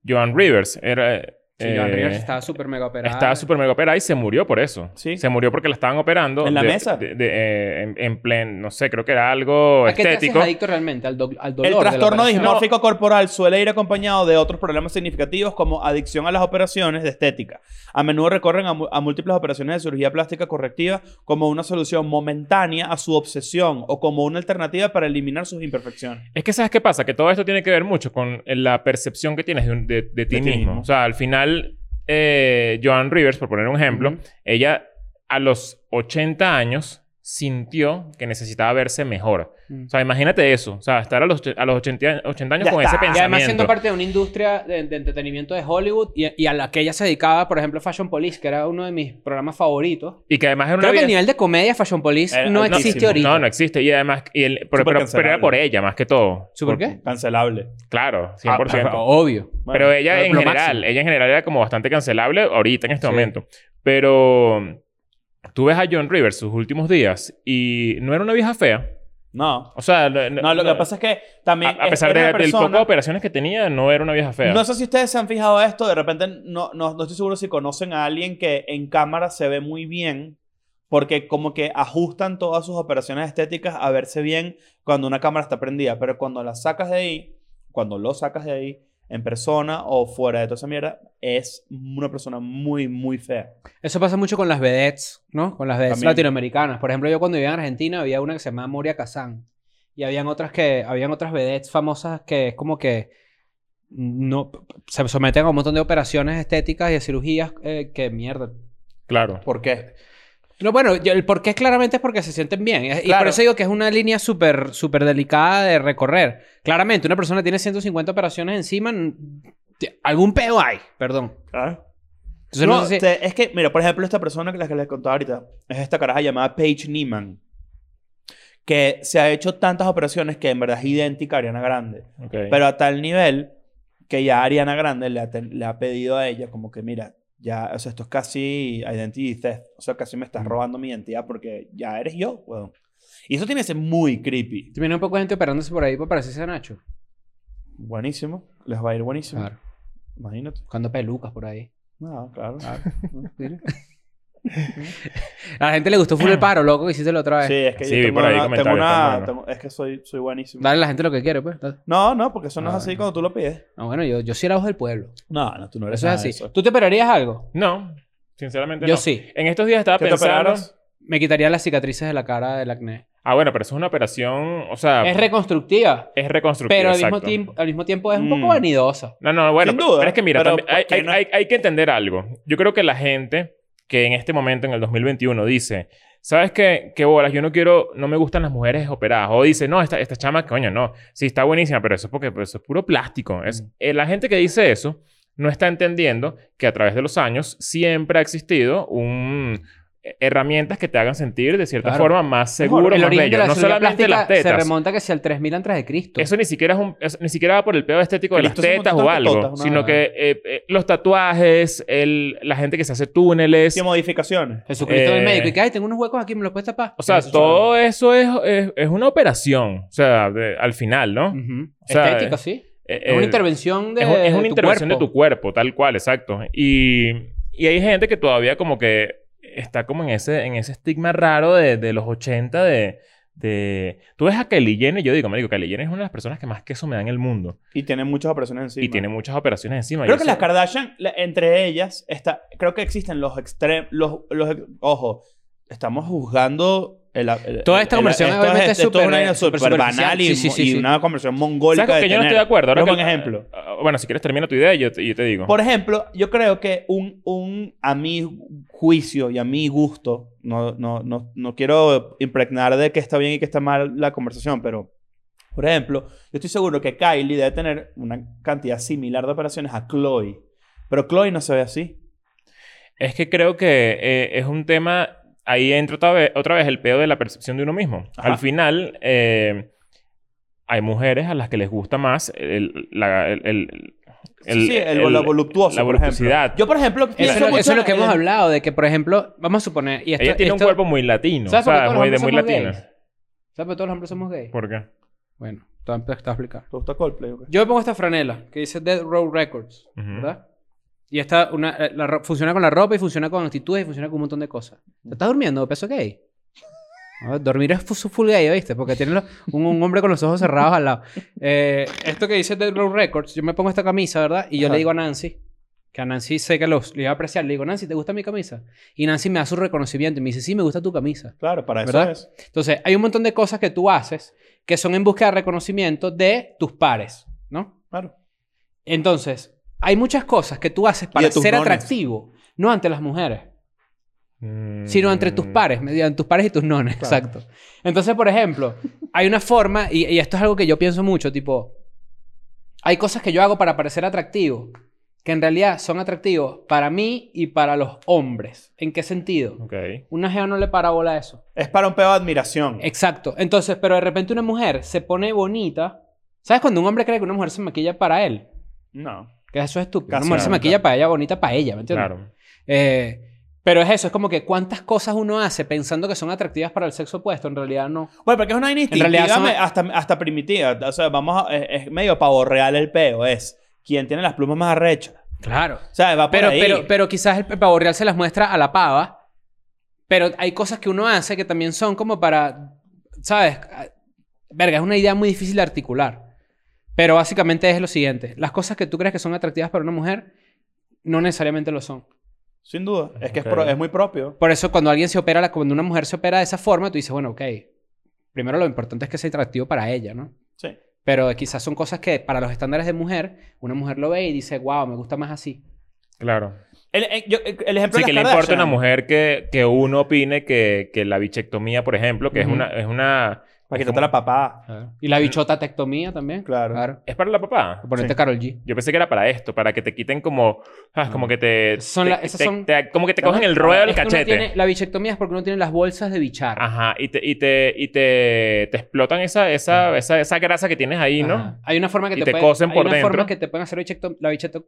[SPEAKER 2] Joan Rivers era,
[SPEAKER 4] Sí, Joan
[SPEAKER 2] Eh,
[SPEAKER 4] Rivers estaba súper mega operado.
[SPEAKER 2] Estaba súper mega operada y se murió por eso.
[SPEAKER 3] Sí.
[SPEAKER 2] Se murió porque la estaban operando.
[SPEAKER 3] ¿En la
[SPEAKER 2] de-
[SPEAKER 3] mesa?
[SPEAKER 2] de- de- eh, en, en plen, no sé, creo que era algo
[SPEAKER 4] ¿A qué te haces
[SPEAKER 2] estético.
[SPEAKER 4] adicto realmente? Al, do- al dolor.
[SPEAKER 3] El
[SPEAKER 4] de la
[SPEAKER 3] trastorno
[SPEAKER 4] operación.
[SPEAKER 3] dismórfico corporal suele ir acompañado de otros problemas significativos como adicción a las operaciones de estética. A menudo recorren a, mu- a múltiples operaciones de cirugía plástica correctiva como una solución momentánea a su obsesión o como una alternativa para eliminar sus imperfecciones.
[SPEAKER 2] Es que sabes qué pasa, que todo esto tiene que ver mucho con la percepción que tienes de, un- de- de ti
[SPEAKER 3] De ti
[SPEAKER 2] mismo.
[SPEAKER 3] mismo.
[SPEAKER 2] O sea, al final, eh, Joan Rivers, por poner un ejemplo,
[SPEAKER 4] Ujú.
[SPEAKER 2] ella a los 80 años sintió que necesitaba verse mejor.
[SPEAKER 4] Mm.
[SPEAKER 2] O sea, imagínate eso. O sea, estar a los, och- a los 80, 80 años
[SPEAKER 3] Ya
[SPEAKER 2] con
[SPEAKER 3] está.
[SPEAKER 2] ese
[SPEAKER 4] Y además siendo
[SPEAKER 2] pensamiento.
[SPEAKER 4] parte de una industria de, de entretenimiento de Hollywood y, y a la que ella se dedicaba, por ejemplo, Fashion Police, que era uno de mis programas favoritos.
[SPEAKER 2] Y que además era una
[SPEAKER 4] Creo que
[SPEAKER 2] vida-
[SPEAKER 4] el nivel de comedia Fashion Police
[SPEAKER 3] Era
[SPEAKER 4] no
[SPEAKER 3] altísimo.
[SPEAKER 4] existe ahorita.
[SPEAKER 2] No, no existe. Y además, y el- pero, pero- pero era
[SPEAKER 3] cancelable.
[SPEAKER 2] por ella más que todo.
[SPEAKER 4] ¿Súper
[SPEAKER 2] Por-
[SPEAKER 4] qué?
[SPEAKER 3] Cancelable.
[SPEAKER 2] Claro,
[SPEAKER 4] Ah,
[SPEAKER 2] 100%.
[SPEAKER 4] obvio.
[SPEAKER 3] Bueno,
[SPEAKER 2] pero ella
[SPEAKER 4] pero
[SPEAKER 2] en
[SPEAKER 4] lo
[SPEAKER 2] general,
[SPEAKER 4] máximo.
[SPEAKER 2] ella en general era como bastante cancelable ahorita en este
[SPEAKER 4] Sí.
[SPEAKER 2] momento. Pero tú ves a John Rivers sus últimos días y no era una vieja fea.
[SPEAKER 3] No.
[SPEAKER 2] O sea, no- no-
[SPEAKER 3] No, lo que pasa es que también...
[SPEAKER 2] a, a pesar
[SPEAKER 3] era
[SPEAKER 2] de,
[SPEAKER 3] una
[SPEAKER 2] del
[SPEAKER 3] persona-
[SPEAKER 2] poco de operaciones que tenía, no era una vieja fea.
[SPEAKER 3] No sé si ustedes se han fijado esto, de repente no, no, no estoy seguro si conocen a alguien que en cámara se ve muy bien, porque como que ajustan todas sus operaciones estéticas a verse bien cuando una cámara está prendida, pero cuando la sacas de ahí, cuando lo sacas de ahí, en persona o fuera de toda esa mierda, es una persona muy, muy fea.
[SPEAKER 4] Eso pasa mucho con las vedettes, ¿no? Con las vedettes
[SPEAKER 3] También.
[SPEAKER 4] latinoamericanas. Por ejemplo, yo cuando vivía en Argentina había una que se llamaba Moria Kazan. Y habían otras que, habían otras vedettes famosas que es como que no se someten a un montón de operaciones estéticas y de cirugías eh, que mierda.
[SPEAKER 2] Claro.
[SPEAKER 3] ¿Por qué?
[SPEAKER 4] No, bueno, yo- el por qué claramente es porque se sienten bien. Y- Y por
[SPEAKER 3] Claro.
[SPEAKER 4] eso digo que es una línea súper, súper delicada de recorrer. Claramente, una persona tiene 150 operaciones encima, n- t- algún pedo hay, perdón.
[SPEAKER 3] Claro.
[SPEAKER 4] Entonces, no,
[SPEAKER 3] No,
[SPEAKER 4] sé si-
[SPEAKER 3] te- es que, mira, por ejemplo, esta persona que la que les contaba ahorita es esta caraja llamada Paige Neiman, que se ha hecho tantas operaciones que en verdad es idéntica a Ariana Grande,
[SPEAKER 2] ok.
[SPEAKER 3] pero a tal nivel que ya Ariana Grande le ha, ten- le ha pedido a ella como que, mira, ya, o sea, esto es casi identity theft, o sea, casi me
[SPEAKER 2] Mm.
[SPEAKER 3] estás robando mi identidad porque ya eres yo, weón. Y eso tiene que ser muy creepy.
[SPEAKER 4] También hay un poco de gente operándose por ahí para parecerse a Nacho.
[SPEAKER 3] Buenísimo, les va a ir buenísimo.
[SPEAKER 4] Claro.
[SPEAKER 3] Imagínate.
[SPEAKER 4] Buscando pelucas por ahí.
[SPEAKER 3] No, claro.
[SPEAKER 4] A la gente le gustó full el paro, loco, que hiciste la otra vez.
[SPEAKER 3] Sí, es que
[SPEAKER 2] Sí,
[SPEAKER 3] yo
[SPEAKER 2] vi
[SPEAKER 3] tengo
[SPEAKER 2] por ahí
[SPEAKER 3] una, tengo
[SPEAKER 2] comentarios,
[SPEAKER 3] una-
[SPEAKER 2] está bueno.
[SPEAKER 3] tengo- es que soy, soy buenísimo.
[SPEAKER 4] Dale a la gente lo que quiere, pues. Ah,
[SPEAKER 3] No, no, porque eso no es
[SPEAKER 4] Ah,
[SPEAKER 3] así
[SPEAKER 4] bueno.
[SPEAKER 3] cuando tú lo pides.
[SPEAKER 4] bueno, yo, yo sí era voz del pueblo.
[SPEAKER 3] No, no, tú no
[SPEAKER 4] Eso es así. ¿Tú te operarías algo?
[SPEAKER 2] No, sinceramente
[SPEAKER 4] Yo
[SPEAKER 2] no.
[SPEAKER 4] sí.
[SPEAKER 2] En estos días estaba
[SPEAKER 3] ¿Qué te
[SPEAKER 2] pensando...
[SPEAKER 3] operaras?
[SPEAKER 4] Me quitaría las cicatrices de la cara del acné.
[SPEAKER 2] Ah, bueno, pero eso es una operación... O sea,
[SPEAKER 4] Es reconstructiva,
[SPEAKER 2] es reconstructiva.
[SPEAKER 4] pero al mismo,
[SPEAKER 2] exacto.
[SPEAKER 4] tiemp- al mismo tiempo es un poco
[SPEAKER 3] Mm.
[SPEAKER 4] vanidosa.
[SPEAKER 2] No, no, bueno,
[SPEAKER 3] Sin
[SPEAKER 2] pero-
[SPEAKER 3] duda,
[SPEAKER 2] pero es que mira,
[SPEAKER 3] pero
[SPEAKER 2] también hay,
[SPEAKER 3] ¿por qué
[SPEAKER 2] hay-
[SPEAKER 3] no?
[SPEAKER 2] hay- hay que entender algo. Yo creo que la gente que en este momento, en el 2021, dice, ¿sabes qué? ¿Qué bolas? Yo no quiero, no me gustan las mujeres operadas. O dice, no, esta, esta chama, coño, no. Sí, está buenísima, pero eso es porque pues, eso es puro plástico. Es, eh, la gente que dice eso no está entendiendo que a través de los años siempre ha existido un eh, herramientas que te hagan sentir de cierta
[SPEAKER 4] Claro.
[SPEAKER 2] forma más seguro,
[SPEAKER 4] el
[SPEAKER 2] más
[SPEAKER 4] origen
[SPEAKER 2] bello.
[SPEAKER 4] de la
[SPEAKER 2] no
[SPEAKER 4] cirugía
[SPEAKER 2] solamente
[SPEAKER 4] plástica
[SPEAKER 2] las
[SPEAKER 4] se
[SPEAKER 2] tetas.
[SPEAKER 4] remonta que si al 3000 antes de Cristo.
[SPEAKER 2] Eso ni siquiera es un, es- ni siquiera va por el pedo estético de las
[SPEAKER 3] Cristo se
[SPEAKER 2] tetas
[SPEAKER 3] montó
[SPEAKER 2] o
[SPEAKER 3] en
[SPEAKER 2] algo,
[SPEAKER 3] tetotas, una-
[SPEAKER 2] sino que eh, eh, los tatuajes, el, la gente que se hace túneles,
[SPEAKER 3] ¿Qué modificaciones?
[SPEAKER 4] Jesucristo del
[SPEAKER 2] Eh,
[SPEAKER 4] médico. Y que, ay, tengo unos huecos aquí, ¿me los puedes tapar?
[SPEAKER 2] o sea,
[SPEAKER 4] Eso es
[SPEAKER 2] todo eso es, es, es una operación, o sea, de- al final, ¿no?
[SPEAKER 4] Ujú.
[SPEAKER 2] O sea,
[SPEAKER 4] Estética, sí.
[SPEAKER 2] Eh,
[SPEAKER 4] es una
[SPEAKER 2] eh,
[SPEAKER 4] intervención de
[SPEAKER 2] es un- es
[SPEAKER 4] de
[SPEAKER 2] una
[SPEAKER 4] tu
[SPEAKER 2] intervención
[SPEAKER 4] cuerpo.
[SPEAKER 2] de tu cuerpo, tal cual, exacto. Y, y hay gente que todavía como que está como en ese, en ese estigma raro de, de los 80 de... de- Tú ves a Kelly Jenner y yo digo, marico, Kelly Jenner es una de las personas que más queso me da en el mundo.
[SPEAKER 3] Y tienen muchas operaciones encima.
[SPEAKER 2] y tiene muchas operaciones encima.
[SPEAKER 3] Creo
[SPEAKER 2] Yo
[SPEAKER 3] que
[SPEAKER 2] sé-
[SPEAKER 3] las Kardashian, la- entre ellas, está, creo que existen los extremos, los, los, ex- ojo, estamos juzgando el- el-
[SPEAKER 4] Toda esta
[SPEAKER 3] el-
[SPEAKER 4] conversación
[SPEAKER 3] esto
[SPEAKER 4] obviamente
[SPEAKER 3] esto
[SPEAKER 4] es
[SPEAKER 3] una
[SPEAKER 4] súper-
[SPEAKER 3] vaina
[SPEAKER 4] súper
[SPEAKER 3] súper
[SPEAKER 4] superficial.
[SPEAKER 3] banal y,
[SPEAKER 4] Sí, sí,
[SPEAKER 3] mo-
[SPEAKER 4] sí,
[SPEAKER 3] y
[SPEAKER 4] sí.
[SPEAKER 3] una conversación mongólica
[SPEAKER 2] ¿Sabes con
[SPEAKER 3] de
[SPEAKER 2] qué yo no
[SPEAKER 3] tener.
[SPEAKER 2] estoy de acuerdo? Ahora
[SPEAKER 3] No,
[SPEAKER 2] que-
[SPEAKER 3] buen ejemplo.
[SPEAKER 2] Ah, bueno, si quieres termina tu idea y yo te, yo te digo.
[SPEAKER 3] Por ejemplo, yo creo que un, un a mi juicio y a mi gusto, no, no, no, no quiero impregnar de que está bien y que está mal la conversación, pero por ejemplo, yo estoy seguro que Kylie debe tener una cantidad similar de operaciones a Chloe, pero Chloe no se ve así.
[SPEAKER 2] Es que creo que eh, es un tema... Ahí entra otra vez, otra vez el pedo de la percepción de uno mismo.
[SPEAKER 3] Ajá.
[SPEAKER 2] Al final, eh, hay mujeres a las que les gusta más el... la- el- el- el-
[SPEAKER 3] sí, sí, el-
[SPEAKER 2] el-
[SPEAKER 3] la voluptuoso.
[SPEAKER 2] La
[SPEAKER 3] por
[SPEAKER 2] voluptuosidad.
[SPEAKER 3] ejemplo. Yo, por ejemplo,
[SPEAKER 4] Eso,
[SPEAKER 3] pienso
[SPEAKER 4] es lo-
[SPEAKER 3] mucho
[SPEAKER 4] eso es lo que eh,
[SPEAKER 3] en-
[SPEAKER 4] hemos hablado, de que, por ejemplo, vamos a suponer... Y esto,
[SPEAKER 2] Ella tiene
[SPEAKER 4] esto-
[SPEAKER 2] un cuerpo muy latino.
[SPEAKER 4] ¿Sabes por qué
[SPEAKER 2] ¿sabes?
[SPEAKER 4] todos los
[SPEAKER 2] Muy, de,
[SPEAKER 4] hombres
[SPEAKER 2] muy
[SPEAKER 4] somos
[SPEAKER 2] latina.
[SPEAKER 4] gays? ¿Sabes por qué todos los hombres somos gays?
[SPEAKER 2] ¿Por qué?
[SPEAKER 4] Bueno, te voy a te voy a explicar.
[SPEAKER 3] ¿Te gusta Coldplay? o qué?
[SPEAKER 4] Yo me pongo esta franela que dice Dead Row Records,
[SPEAKER 2] Ujú.
[SPEAKER 4] ¿verdad? Y esta una, eh, la ro- funciona con la ropa y funciona con actitudes y funciona con un montón de cosas. ¿Te estás durmiendo? ¿Peso gay? No, dormir es fu- full gay, ¿viste? Porque tiene los- un, un hombre con los ojos cerrados al lado. Eh, esto que dice de Row Records, yo me pongo esta camisa, ¿verdad? Y yo
[SPEAKER 3] Ajá.
[SPEAKER 4] le digo a Nancy, que a Nancy sé que los, le iba a apreciar, le digo, Nancy, ¿te gusta mi camisa? Y Nancy me da su reconocimiento y me dice, sí, me gusta tu camisa.
[SPEAKER 3] Claro, para eso
[SPEAKER 4] ¿Verdad?
[SPEAKER 3] es.
[SPEAKER 4] Entonces, hay un montón de cosas que tú haces que son en busca de reconocimiento de tus pares, ¿no?
[SPEAKER 3] Claro.
[SPEAKER 4] Entonces, hay muchas cosas que tú haces para
[SPEAKER 3] de tus
[SPEAKER 4] ser
[SPEAKER 3] nones.
[SPEAKER 4] atractivo, no ante las mujeres,
[SPEAKER 2] Mm.
[SPEAKER 4] sino entre tus pares, mediante tus pares y tus nones,
[SPEAKER 3] Claro.
[SPEAKER 4] exacto. Entonces, por ejemplo, hay una forma, y, y esto es algo que yo pienso mucho, tipo, hay cosas que yo hago para parecer atractivo, que en realidad son atractivos para mí y para los hombres. ¿En qué sentido?
[SPEAKER 2] Ok.
[SPEAKER 4] Una geo no le para bola a eso.
[SPEAKER 3] Es para un pedo de admiración.
[SPEAKER 4] Exacto. Entonces, pero de repente una mujer se pone bonita. ¿Sabes cuando un hombre cree que una mujer se maquilla para él?
[SPEAKER 3] No.
[SPEAKER 4] Que eso es estúpido.
[SPEAKER 3] Casi
[SPEAKER 4] una mujer se
[SPEAKER 3] nada,
[SPEAKER 4] maquilla para ella, bonita para ella, ¿me entiendes?
[SPEAKER 2] Claro.
[SPEAKER 4] Eh, pero es eso, es como que cuántas cosas uno hace pensando que son atractivas para el sexo opuesto, en realidad no.
[SPEAKER 3] Bueno, porque es una vaina
[SPEAKER 4] En realidad
[SPEAKER 3] instintiva,
[SPEAKER 4] son-
[SPEAKER 3] me- hasta, hasta primitiva. O sea, vamos a- es, es medio pavo real el peo. Es quien tiene las plumas más arrechas.
[SPEAKER 4] Claro.
[SPEAKER 3] O sea, va por
[SPEAKER 4] Pero,
[SPEAKER 3] ahí.
[SPEAKER 4] pero, pero quizás el pavo real se las muestra a la pava. Pero hay cosas que uno hace que también son como para. ¿Sabes? Verga, es una idea muy difícil de articular. Pero básicamente es lo siguiente: las cosas que tú crees que son atractivas para una mujer no necesariamente lo son.
[SPEAKER 3] Sin duda. Es que es,
[SPEAKER 2] Ok.
[SPEAKER 3] pro- es muy propio.
[SPEAKER 4] Por eso, cuando alguien se opera, la- cuando una mujer se opera de esa forma, tú dices, bueno, ok, primero lo importante es que sea atractivo para ella, ¿no?
[SPEAKER 3] Sí.
[SPEAKER 4] Pero quizás son cosas que para los estándares de mujer, una mujer lo ve y dice, wow, me gusta más así.
[SPEAKER 2] Claro.
[SPEAKER 3] El, el- yo- el ejemplo
[SPEAKER 2] Sí,
[SPEAKER 3] de
[SPEAKER 2] que le
[SPEAKER 3] las
[SPEAKER 2] importa a una
[SPEAKER 3] Kardashian.
[SPEAKER 2] mujer que, que uno opine que, que la bichectomía, por ejemplo, que
[SPEAKER 4] Ujú.
[SPEAKER 2] es una... Es una
[SPEAKER 3] Para
[SPEAKER 2] es
[SPEAKER 3] quitarte
[SPEAKER 2] como-
[SPEAKER 3] la papá.
[SPEAKER 4] Y la bichota tectomía también.
[SPEAKER 3] Claro.
[SPEAKER 2] ¿Es para la papá?
[SPEAKER 4] Ponerte
[SPEAKER 3] Sí.
[SPEAKER 4] Carol G.
[SPEAKER 2] Yo pensé que era para esto, para que te quiten como... ah, Como que te...
[SPEAKER 4] Son
[SPEAKER 2] te-
[SPEAKER 4] la- esas
[SPEAKER 2] te-
[SPEAKER 4] son-
[SPEAKER 2] te- como que te cogen el rollo del
[SPEAKER 4] Es que uno
[SPEAKER 2] cachete. Ah,
[SPEAKER 4] tiene- la bichectomía es porque uno tiene las bolsas de bichar.
[SPEAKER 2] Ajá, y te, y te, y te, te explotan esa, esa, esa, esa grasa que tienes ahí, ¿no?
[SPEAKER 4] Ajá. Hay una forma que
[SPEAKER 2] Y
[SPEAKER 4] te,
[SPEAKER 2] te
[SPEAKER 4] pueden,
[SPEAKER 2] cosen
[SPEAKER 4] hay
[SPEAKER 2] por
[SPEAKER 4] una
[SPEAKER 2] dentro.
[SPEAKER 4] forma que te pueden hacer bichecto- la bicheto-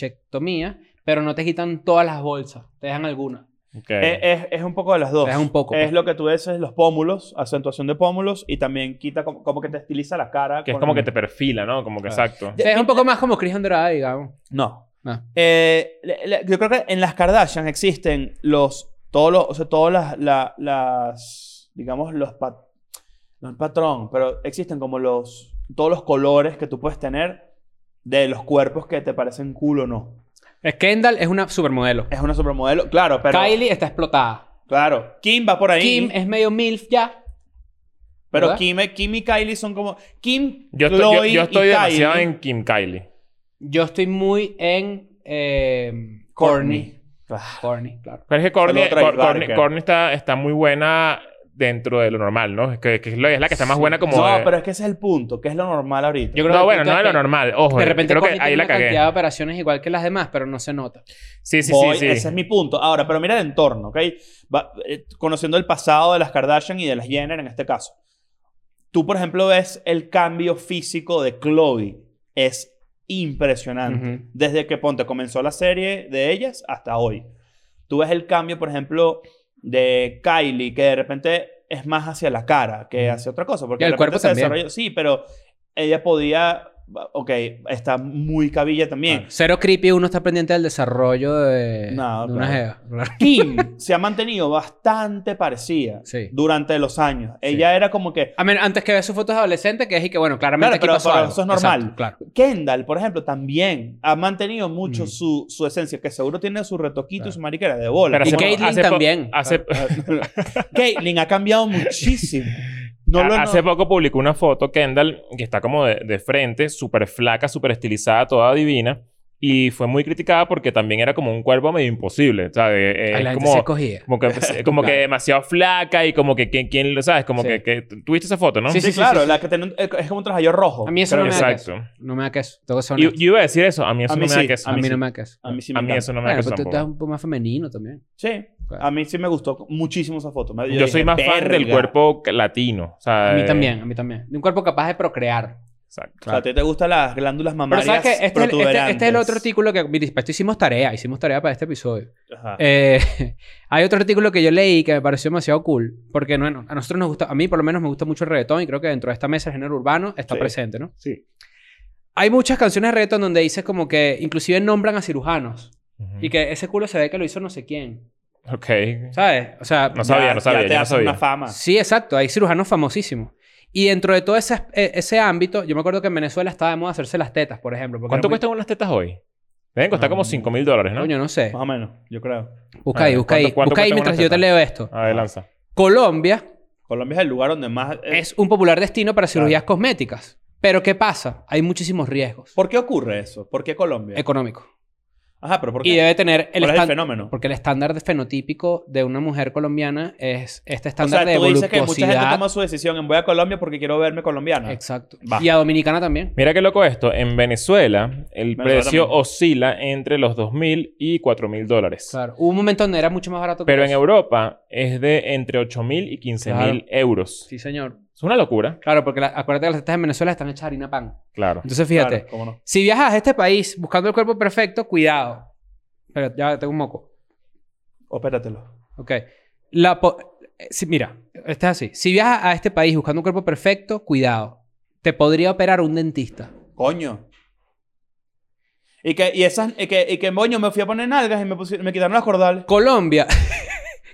[SPEAKER 4] bichectomía, pero no te quitan todas las bolsas, te dejan algunas.
[SPEAKER 2] Ok.
[SPEAKER 4] Eh,
[SPEAKER 3] Es, es- es un poco de las dos.
[SPEAKER 4] Es un poco, pues.
[SPEAKER 3] Es lo que tú dices, los pómulos, acentuación de pómulos y también quita como, como que te estiliza la cara.
[SPEAKER 2] que es
[SPEAKER 3] con-
[SPEAKER 2] como que te perfila, ¿no? Como
[SPEAKER 4] Ah.
[SPEAKER 2] que
[SPEAKER 3] Claro.
[SPEAKER 2] exacto.
[SPEAKER 4] O sea, es un poco más como Chris Andrade, digamos.
[SPEAKER 3] No.
[SPEAKER 4] No.
[SPEAKER 3] Eh, le- le- yo creo que en las Kardashian existen los. Todos los. O sea, todas las. la- las digamos, los. pat- no el patrón, pero existen como los. Todos los colores que tú puedes tener de los cuerpos que te parecen cool o no.
[SPEAKER 4] Es Kendall es una supermodelo.
[SPEAKER 3] Es una supermodelo, claro, pero.
[SPEAKER 4] Kylie está explotada.
[SPEAKER 3] Claro. Kim va por ahí.
[SPEAKER 4] Kim es medio MILF ya.
[SPEAKER 3] pero
[SPEAKER 4] ¿verdad?
[SPEAKER 3] Kim, Kim y Kylie son como. Kim,
[SPEAKER 2] Yo estoy, yo,
[SPEAKER 3] Chloe
[SPEAKER 2] yo estoy
[SPEAKER 3] y
[SPEAKER 2] demasiado
[SPEAKER 3] Kylie.
[SPEAKER 2] en Kim Kylie.
[SPEAKER 4] Yo estoy muy en eh, Corny.
[SPEAKER 3] Claro.
[SPEAKER 4] Corny, claro.
[SPEAKER 2] Pero es que Corny,
[SPEAKER 3] Saludos a Travis
[SPEAKER 2] Cor- Corny-
[SPEAKER 3] Barker.
[SPEAKER 2] Corny está, está muy buena dentro de lo normal, ¿no? Es Que, que es, lo- es la que está más buena como...
[SPEAKER 3] No,
[SPEAKER 2] de-
[SPEAKER 3] pero es que ese es el punto, que es lo normal ahorita.
[SPEAKER 4] Yo creo
[SPEAKER 2] no,
[SPEAKER 4] que
[SPEAKER 2] bueno,
[SPEAKER 4] tú
[SPEAKER 2] no de lo
[SPEAKER 4] estás-
[SPEAKER 2] normal. Ojo,
[SPEAKER 4] De repente
[SPEAKER 2] creo que
[SPEAKER 4] Corny
[SPEAKER 2] ahí
[SPEAKER 4] tiene
[SPEAKER 2] la
[SPEAKER 4] una cantidad
[SPEAKER 2] cagué.
[SPEAKER 4] de operaciones igual que las demás, pero no se nota.
[SPEAKER 2] Sí, sí,
[SPEAKER 3] Voy-
[SPEAKER 2] sí, sí.
[SPEAKER 3] Ese es mi punto. Ahora, pero mira el entorno, ¿ok? Va- eh, conociendo el pasado de las Kardashian y de las Jenner en este caso. Tú, por ejemplo, ves el cambio físico de Chloe. Es impresionante.
[SPEAKER 4] Ujú.
[SPEAKER 3] Desde que Ponte comenzó la serie de ellas hasta hoy. Tú ves el cambio, por ejemplo, de Kylie, que de repente es más hacia la cara que hacia otra cosa.
[SPEAKER 4] Y
[SPEAKER 3] Porque
[SPEAKER 4] el
[SPEAKER 3] de repente
[SPEAKER 4] cuerpo
[SPEAKER 3] se
[SPEAKER 4] también.
[SPEAKER 3] desarrolló- Sí, pero ella podía. Ok, está muy cabilla también.
[SPEAKER 4] Ah. Cero creepy, uno está pendiente del desarrollo de,
[SPEAKER 3] No,
[SPEAKER 4] de una
[SPEAKER 3] claro.
[SPEAKER 4] jeva. Claro.
[SPEAKER 3] Kim se ha mantenido bastante parecida
[SPEAKER 4] Sí.
[SPEAKER 3] durante los años. Ella era como que.
[SPEAKER 4] A menos- antes que veas sus fotos de adolescente, que es y que, bueno, claramente
[SPEAKER 3] Claro, pero-
[SPEAKER 4] aquí pasó
[SPEAKER 3] pero
[SPEAKER 4] algo.
[SPEAKER 3] eso es normal.
[SPEAKER 4] Exacto, claro.
[SPEAKER 3] Kendall, por ejemplo, también ha mantenido mucho
[SPEAKER 4] Mm.
[SPEAKER 3] su, su esencia, que seguro tiene su retoquito y
[SPEAKER 4] Claro.
[SPEAKER 3] su mariquera de bola. ah,
[SPEAKER 2] Pero
[SPEAKER 4] Y
[SPEAKER 2] hace po-
[SPEAKER 4] Caitlyn
[SPEAKER 2] hace Ah, po-
[SPEAKER 4] también.
[SPEAKER 2] Hace,
[SPEAKER 3] Caitlyn ha cambiado muchísimo. No lo
[SPEAKER 2] Ha-
[SPEAKER 3] no-
[SPEAKER 2] Ah, Hace poco publicó una foto Kendall que está como de, de frente, súper flaca, súper estilizada, toda divina. Y fue muy criticada porque también era como un cuerpo medio imposible. ¿sabes? Eh,
[SPEAKER 4] A la gente
[SPEAKER 2] es
[SPEAKER 4] se
[SPEAKER 2] como,
[SPEAKER 4] escogía.
[SPEAKER 2] como que, eh, como que
[SPEAKER 4] Claro.
[SPEAKER 2] demasiado flaca y como que quién, quién lo sabes, como
[SPEAKER 4] Sí.
[SPEAKER 2] que, que- tuviste esa foto, ¿no?
[SPEAKER 4] Sí,
[SPEAKER 3] Sí, claro, la que tiene un- eh, es como un trajillo rojo.
[SPEAKER 4] A mí eso
[SPEAKER 3] Creo
[SPEAKER 4] no
[SPEAKER 3] que
[SPEAKER 4] me
[SPEAKER 3] sí.
[SPEAKER 4] da
[SPEAKER 2] Exacto.
[SPEAKER 4] No me da queso. Tengo que ser
[SPEAKER 2] Y yo
[SPEAKER 4] honesto.
[SPEAKER 2] iba a decir eso, a mí eso
[SPEAKER 3] A
[SPEAKER 2] no
[SPEAKER 3] mí
[SPEAKER 2] me da
[SPEAKER 3] sí,
[SPEAKER 2] queso.
[SPEAKER 4] a mí
[SPEAKER 3] sí.
[SPEAKER 4] no me da queso.
[SPEAKER 3] A mí sí me
[SPEAKER 2] A mí
[SPEAKER 3] encanta.
[SPEAKER 2] eso no me da
[SPEAKER 4] Bueno,
[SPEAKER 2] queso
[SPEAKER 4] pero tú
[SPEAKER 2] tampoco. Ah,
[SPEAKER 4] estás un poco más femenino también.
[SPEAKER 3] Sí,
[SPEAKER 4] Claro.
[SPEAKER 3] a mí sí me gustó muchísimo esa foto. Me-
[SPEAKER 2] Yo, soy
[SPEAKER 3] dije,
[SPEAKER 2] más fan del
[SPEAKER 3] "Verga".
[SPEAKER 2] cuerpo latino. o sea,
[SPEAKER 4] A mí
[SPEAKER 2] eh,
[SPEAKER 4] también, a mí también. De un cuerpo capaz de procrear.
[SPEAKER 2] Exacto.
[SPEAKER 3] O sea, a ti te gustan las glándulas
[SPEAKER 4] Pero
[SPEAKER 3] mamarias.
[SPEAKER 4] sabes que este, es el- este- este es el
[SPEAKER 3] protuberantes.
[SPEAKER 4] otro artículo que. Mira, para esto hicimos tarea, hicimos tarea para este episodio.
[SPEAKER 3] Ajá.
[SPEAKER 4] Eh, hay otro artículo que yo leí que me pareció demasiado cool. Porque bueno, a nosotros nos gusta, a mí por lo menos me gusta mucho el reggaetón y creo que dentro de esta mesa el género urbano está
[SPEAKER 3] Sí.
[SPEAKER 4] presente, ¿no?
[SPEAKER 3] Sí.
[SPEAKER 4] Hay muchas canciones de reggaetón donde dices como que inclusive nombran a cirujanos.
[SPEAKER 2] Ujú.
[SPEAKER 4] Y que ese culo se ve que lo hizo no sé quién.
[SPEAKER 2] Ok.
[SPEAKER 4] ¿Sabes? O sea,
[SPEAKER 2] No sabía, no sabía,
[SPEAKER 3] Ya
[SPEAKER 2] yo
[SPEAKER 3] te
[SPEAKER 2] no
[SPEAKER 3] haces
[SPEAKER 2] sabía.
[SPEAKER 3] una fama.
[SPEAKER 4] sí, exacto. Hay cirujanos famosísimos. Y dentro de todo ese, eh, ese ámbito, yo me acuerdo que en Venezuela estaba de moda hacerse las tetas, por ejemplo. porque
[SPEAKER 2] ¿Cuánto
[SPEAKER 4] era muy-
[SPEAKER 2] cuestan unas tetas hoy? Deben costar como
[SPEAKER 3] Ah,
[SPEAKER 2] 5 mil dólares, ¿no?
[SPEAKER 4] Coño, no sé.
[SPEAKER 3] Más o menos, yo creo.
[SPEAKER 4] Busca
[SPEAKER 2] Ah,
[SPEAKER 4] ahí, busca ahí.
[SPEAKER 2] ¿cuánto- cuánto
[SPEAKER 4] Busca ahí
[SPEAKER 2] cuestan
[SPEAKER 4] mientras
[SPEAKER 2] unas
[SPEAKER 4] yo te
[SPEAKER 2] tetas?
[SPEAKER 4] leo esto.
[SPEAKER 3] Ah.
[SPEAKER 2] A ver, Ah, lanza.
[SPEAKER 4] Colombia
[SPEAKER 3] Colombia es el lugar donde más... eh,
[SPEAKER 4] es un popular destino para cirugías cosméticas. Pero ¿qué pasa? Hay muchísimos riesgos
[SPEAKER 3] ¿Por qué ocurre eso? ¿Por qué Colombia?
[SPEAKER 4] económicos.
[SPEAKER 3] Ajá, pero ¿por qué?
[SPEAKER 4] Y debe tener el
[SPEAKER 3] ¿Cuál es el
[SPEAKER 4] estándar.
[SPEAKER 3] fenómeno?
[SPEAKER 4] Porque el estándar de fenotípico de una mujer colombiana es este
[SPEAKER 3] O
[SPEAKER 4] estándar
[SPEAKER 3] sea, tú
[SPEAKER 4] de
[SPEAKER 3] dices que mucha gente
[SPEAKER 4] voluptuosidad.
[SPEAKER 3] toma su decisión en voy a Colombia porque quiero verme colombiana.
[SPEAKER 4] Exacto.
[SPEAKER 3] Va.
[SPEAKER 4] Y a dominicana también.
[SPEAKER 2] Mira qué loco esto. En Venezuela, el
[SPEAKER 3] Venezuela
[SPEAKER 2] precio
[SPEAKER 3] también.
[SPEAKER 2] oscila entre los 2 mil y 4 mil dólares.
[SPEAKER 4] Claro. Hubo un momento donde era mucho más barato que
[SPEAKER 2] Pero en
[SPEAKER 4] eso.
[SPEAKER 2] Europa es de entre 8 mil y 15 mil euros.
[SPEAKER 4] Sí, señor.
[SPEAKER 2] Es una locura.
[SPEAKER 4] Claro, porque la- acuérdate que las tetas en Venezuela están hechas de harina pan.
[SPEAKER 2] Claro.
[SPEAKER 4] Entonces, fíjate.
[SPEAKER 3] Claro, ¿cómo no?
[SPEAKER 4] Si viajas a este país buscando el cuerpo perfecto, cuidado. Pero ya tengo un moco.
[SPEAKER 3] Opératelo.
[SPEAKER 4] Ok. La po- eh, si- mira, este es así. Si viajas a este país buscando un cuerpo perfecto, cuidado. Te podría operar un dentista.
[SPEAKER 3] Coño. Y que, y esas, y que, y que moño me fui a poner nalgas y me, pusi- me quitaron las cordales.
[SPEAKER 4] Colombia.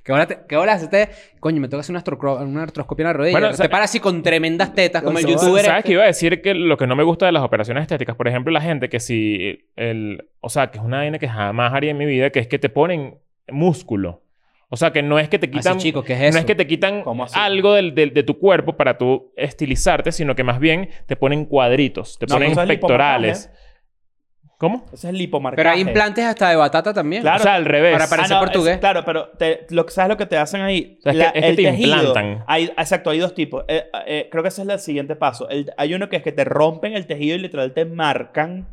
[SPEAKER 4] ¿Qué hola, te- qué hola hace usted? Coño, me toca hacer una, astrocro- una artroscopia en la rodilla.
[SPEAKER 2] Bueno,
[SPEAKER 4] te
[SPEAKER 2] sa-
[SPEAKER 4] paras así con tremendas tetas como el
[SPEAKER 3] Entonces,
[SPEAKER 4] youtuber.
[SPEAKER 2] ¿Sabes
[SPEAKER 4] este.
[SPEAKER 2] que iba a decir que lo que no me gusta de las operaciones estéticas? Por ejemplo, la gente que si el... O sea, que es una vaina que jamás haría en mi vida, que es que te ponen músculo. O sea, que no es que te
[SPEAKER 4] Así,
[SPEAKER 2] quitan...
[SPEAKER 4] chicos, ¿qué es eso?
[SPEAKER 2] No es que te quitan
[SPEAKER 3] ¿Cómo así?
[SPEAKER 2] algo del- del- de tu cuerpo para tú estilizarte, sino que más bien te ponen cuadritos, te
[SPEAKER 3] No,
[SPEAKER 2] ponen
[SPEAKER 3] eso es
[SPEAKER 2] pectorales. ¿Cómo?
[SPEAKER 3] Ese es el lipomarcaje.
[SPEAKER 4] Pero hay implantes hasta de batata también.
[SPEAKER 3] Claro.
[SPEAKER 2] O sea, al revés.
[SPEAKER 4] Para parecer
[SPEAKER 3] Ah, no,
[SPEAKER 4] portugués.
[SPEAKER 3] es- claro, pero te- lo, que- ¿sabes lo que te hacen ahí?
[SPEAKER 2] O sea, es que- es que te implantan.
[SPEAKER 3] Hay, exacto, hay dos tipos. Eh, eh, creo que ese es el siguiente paso. El- hay uno que es que te rompen el tejido y literal te marcan.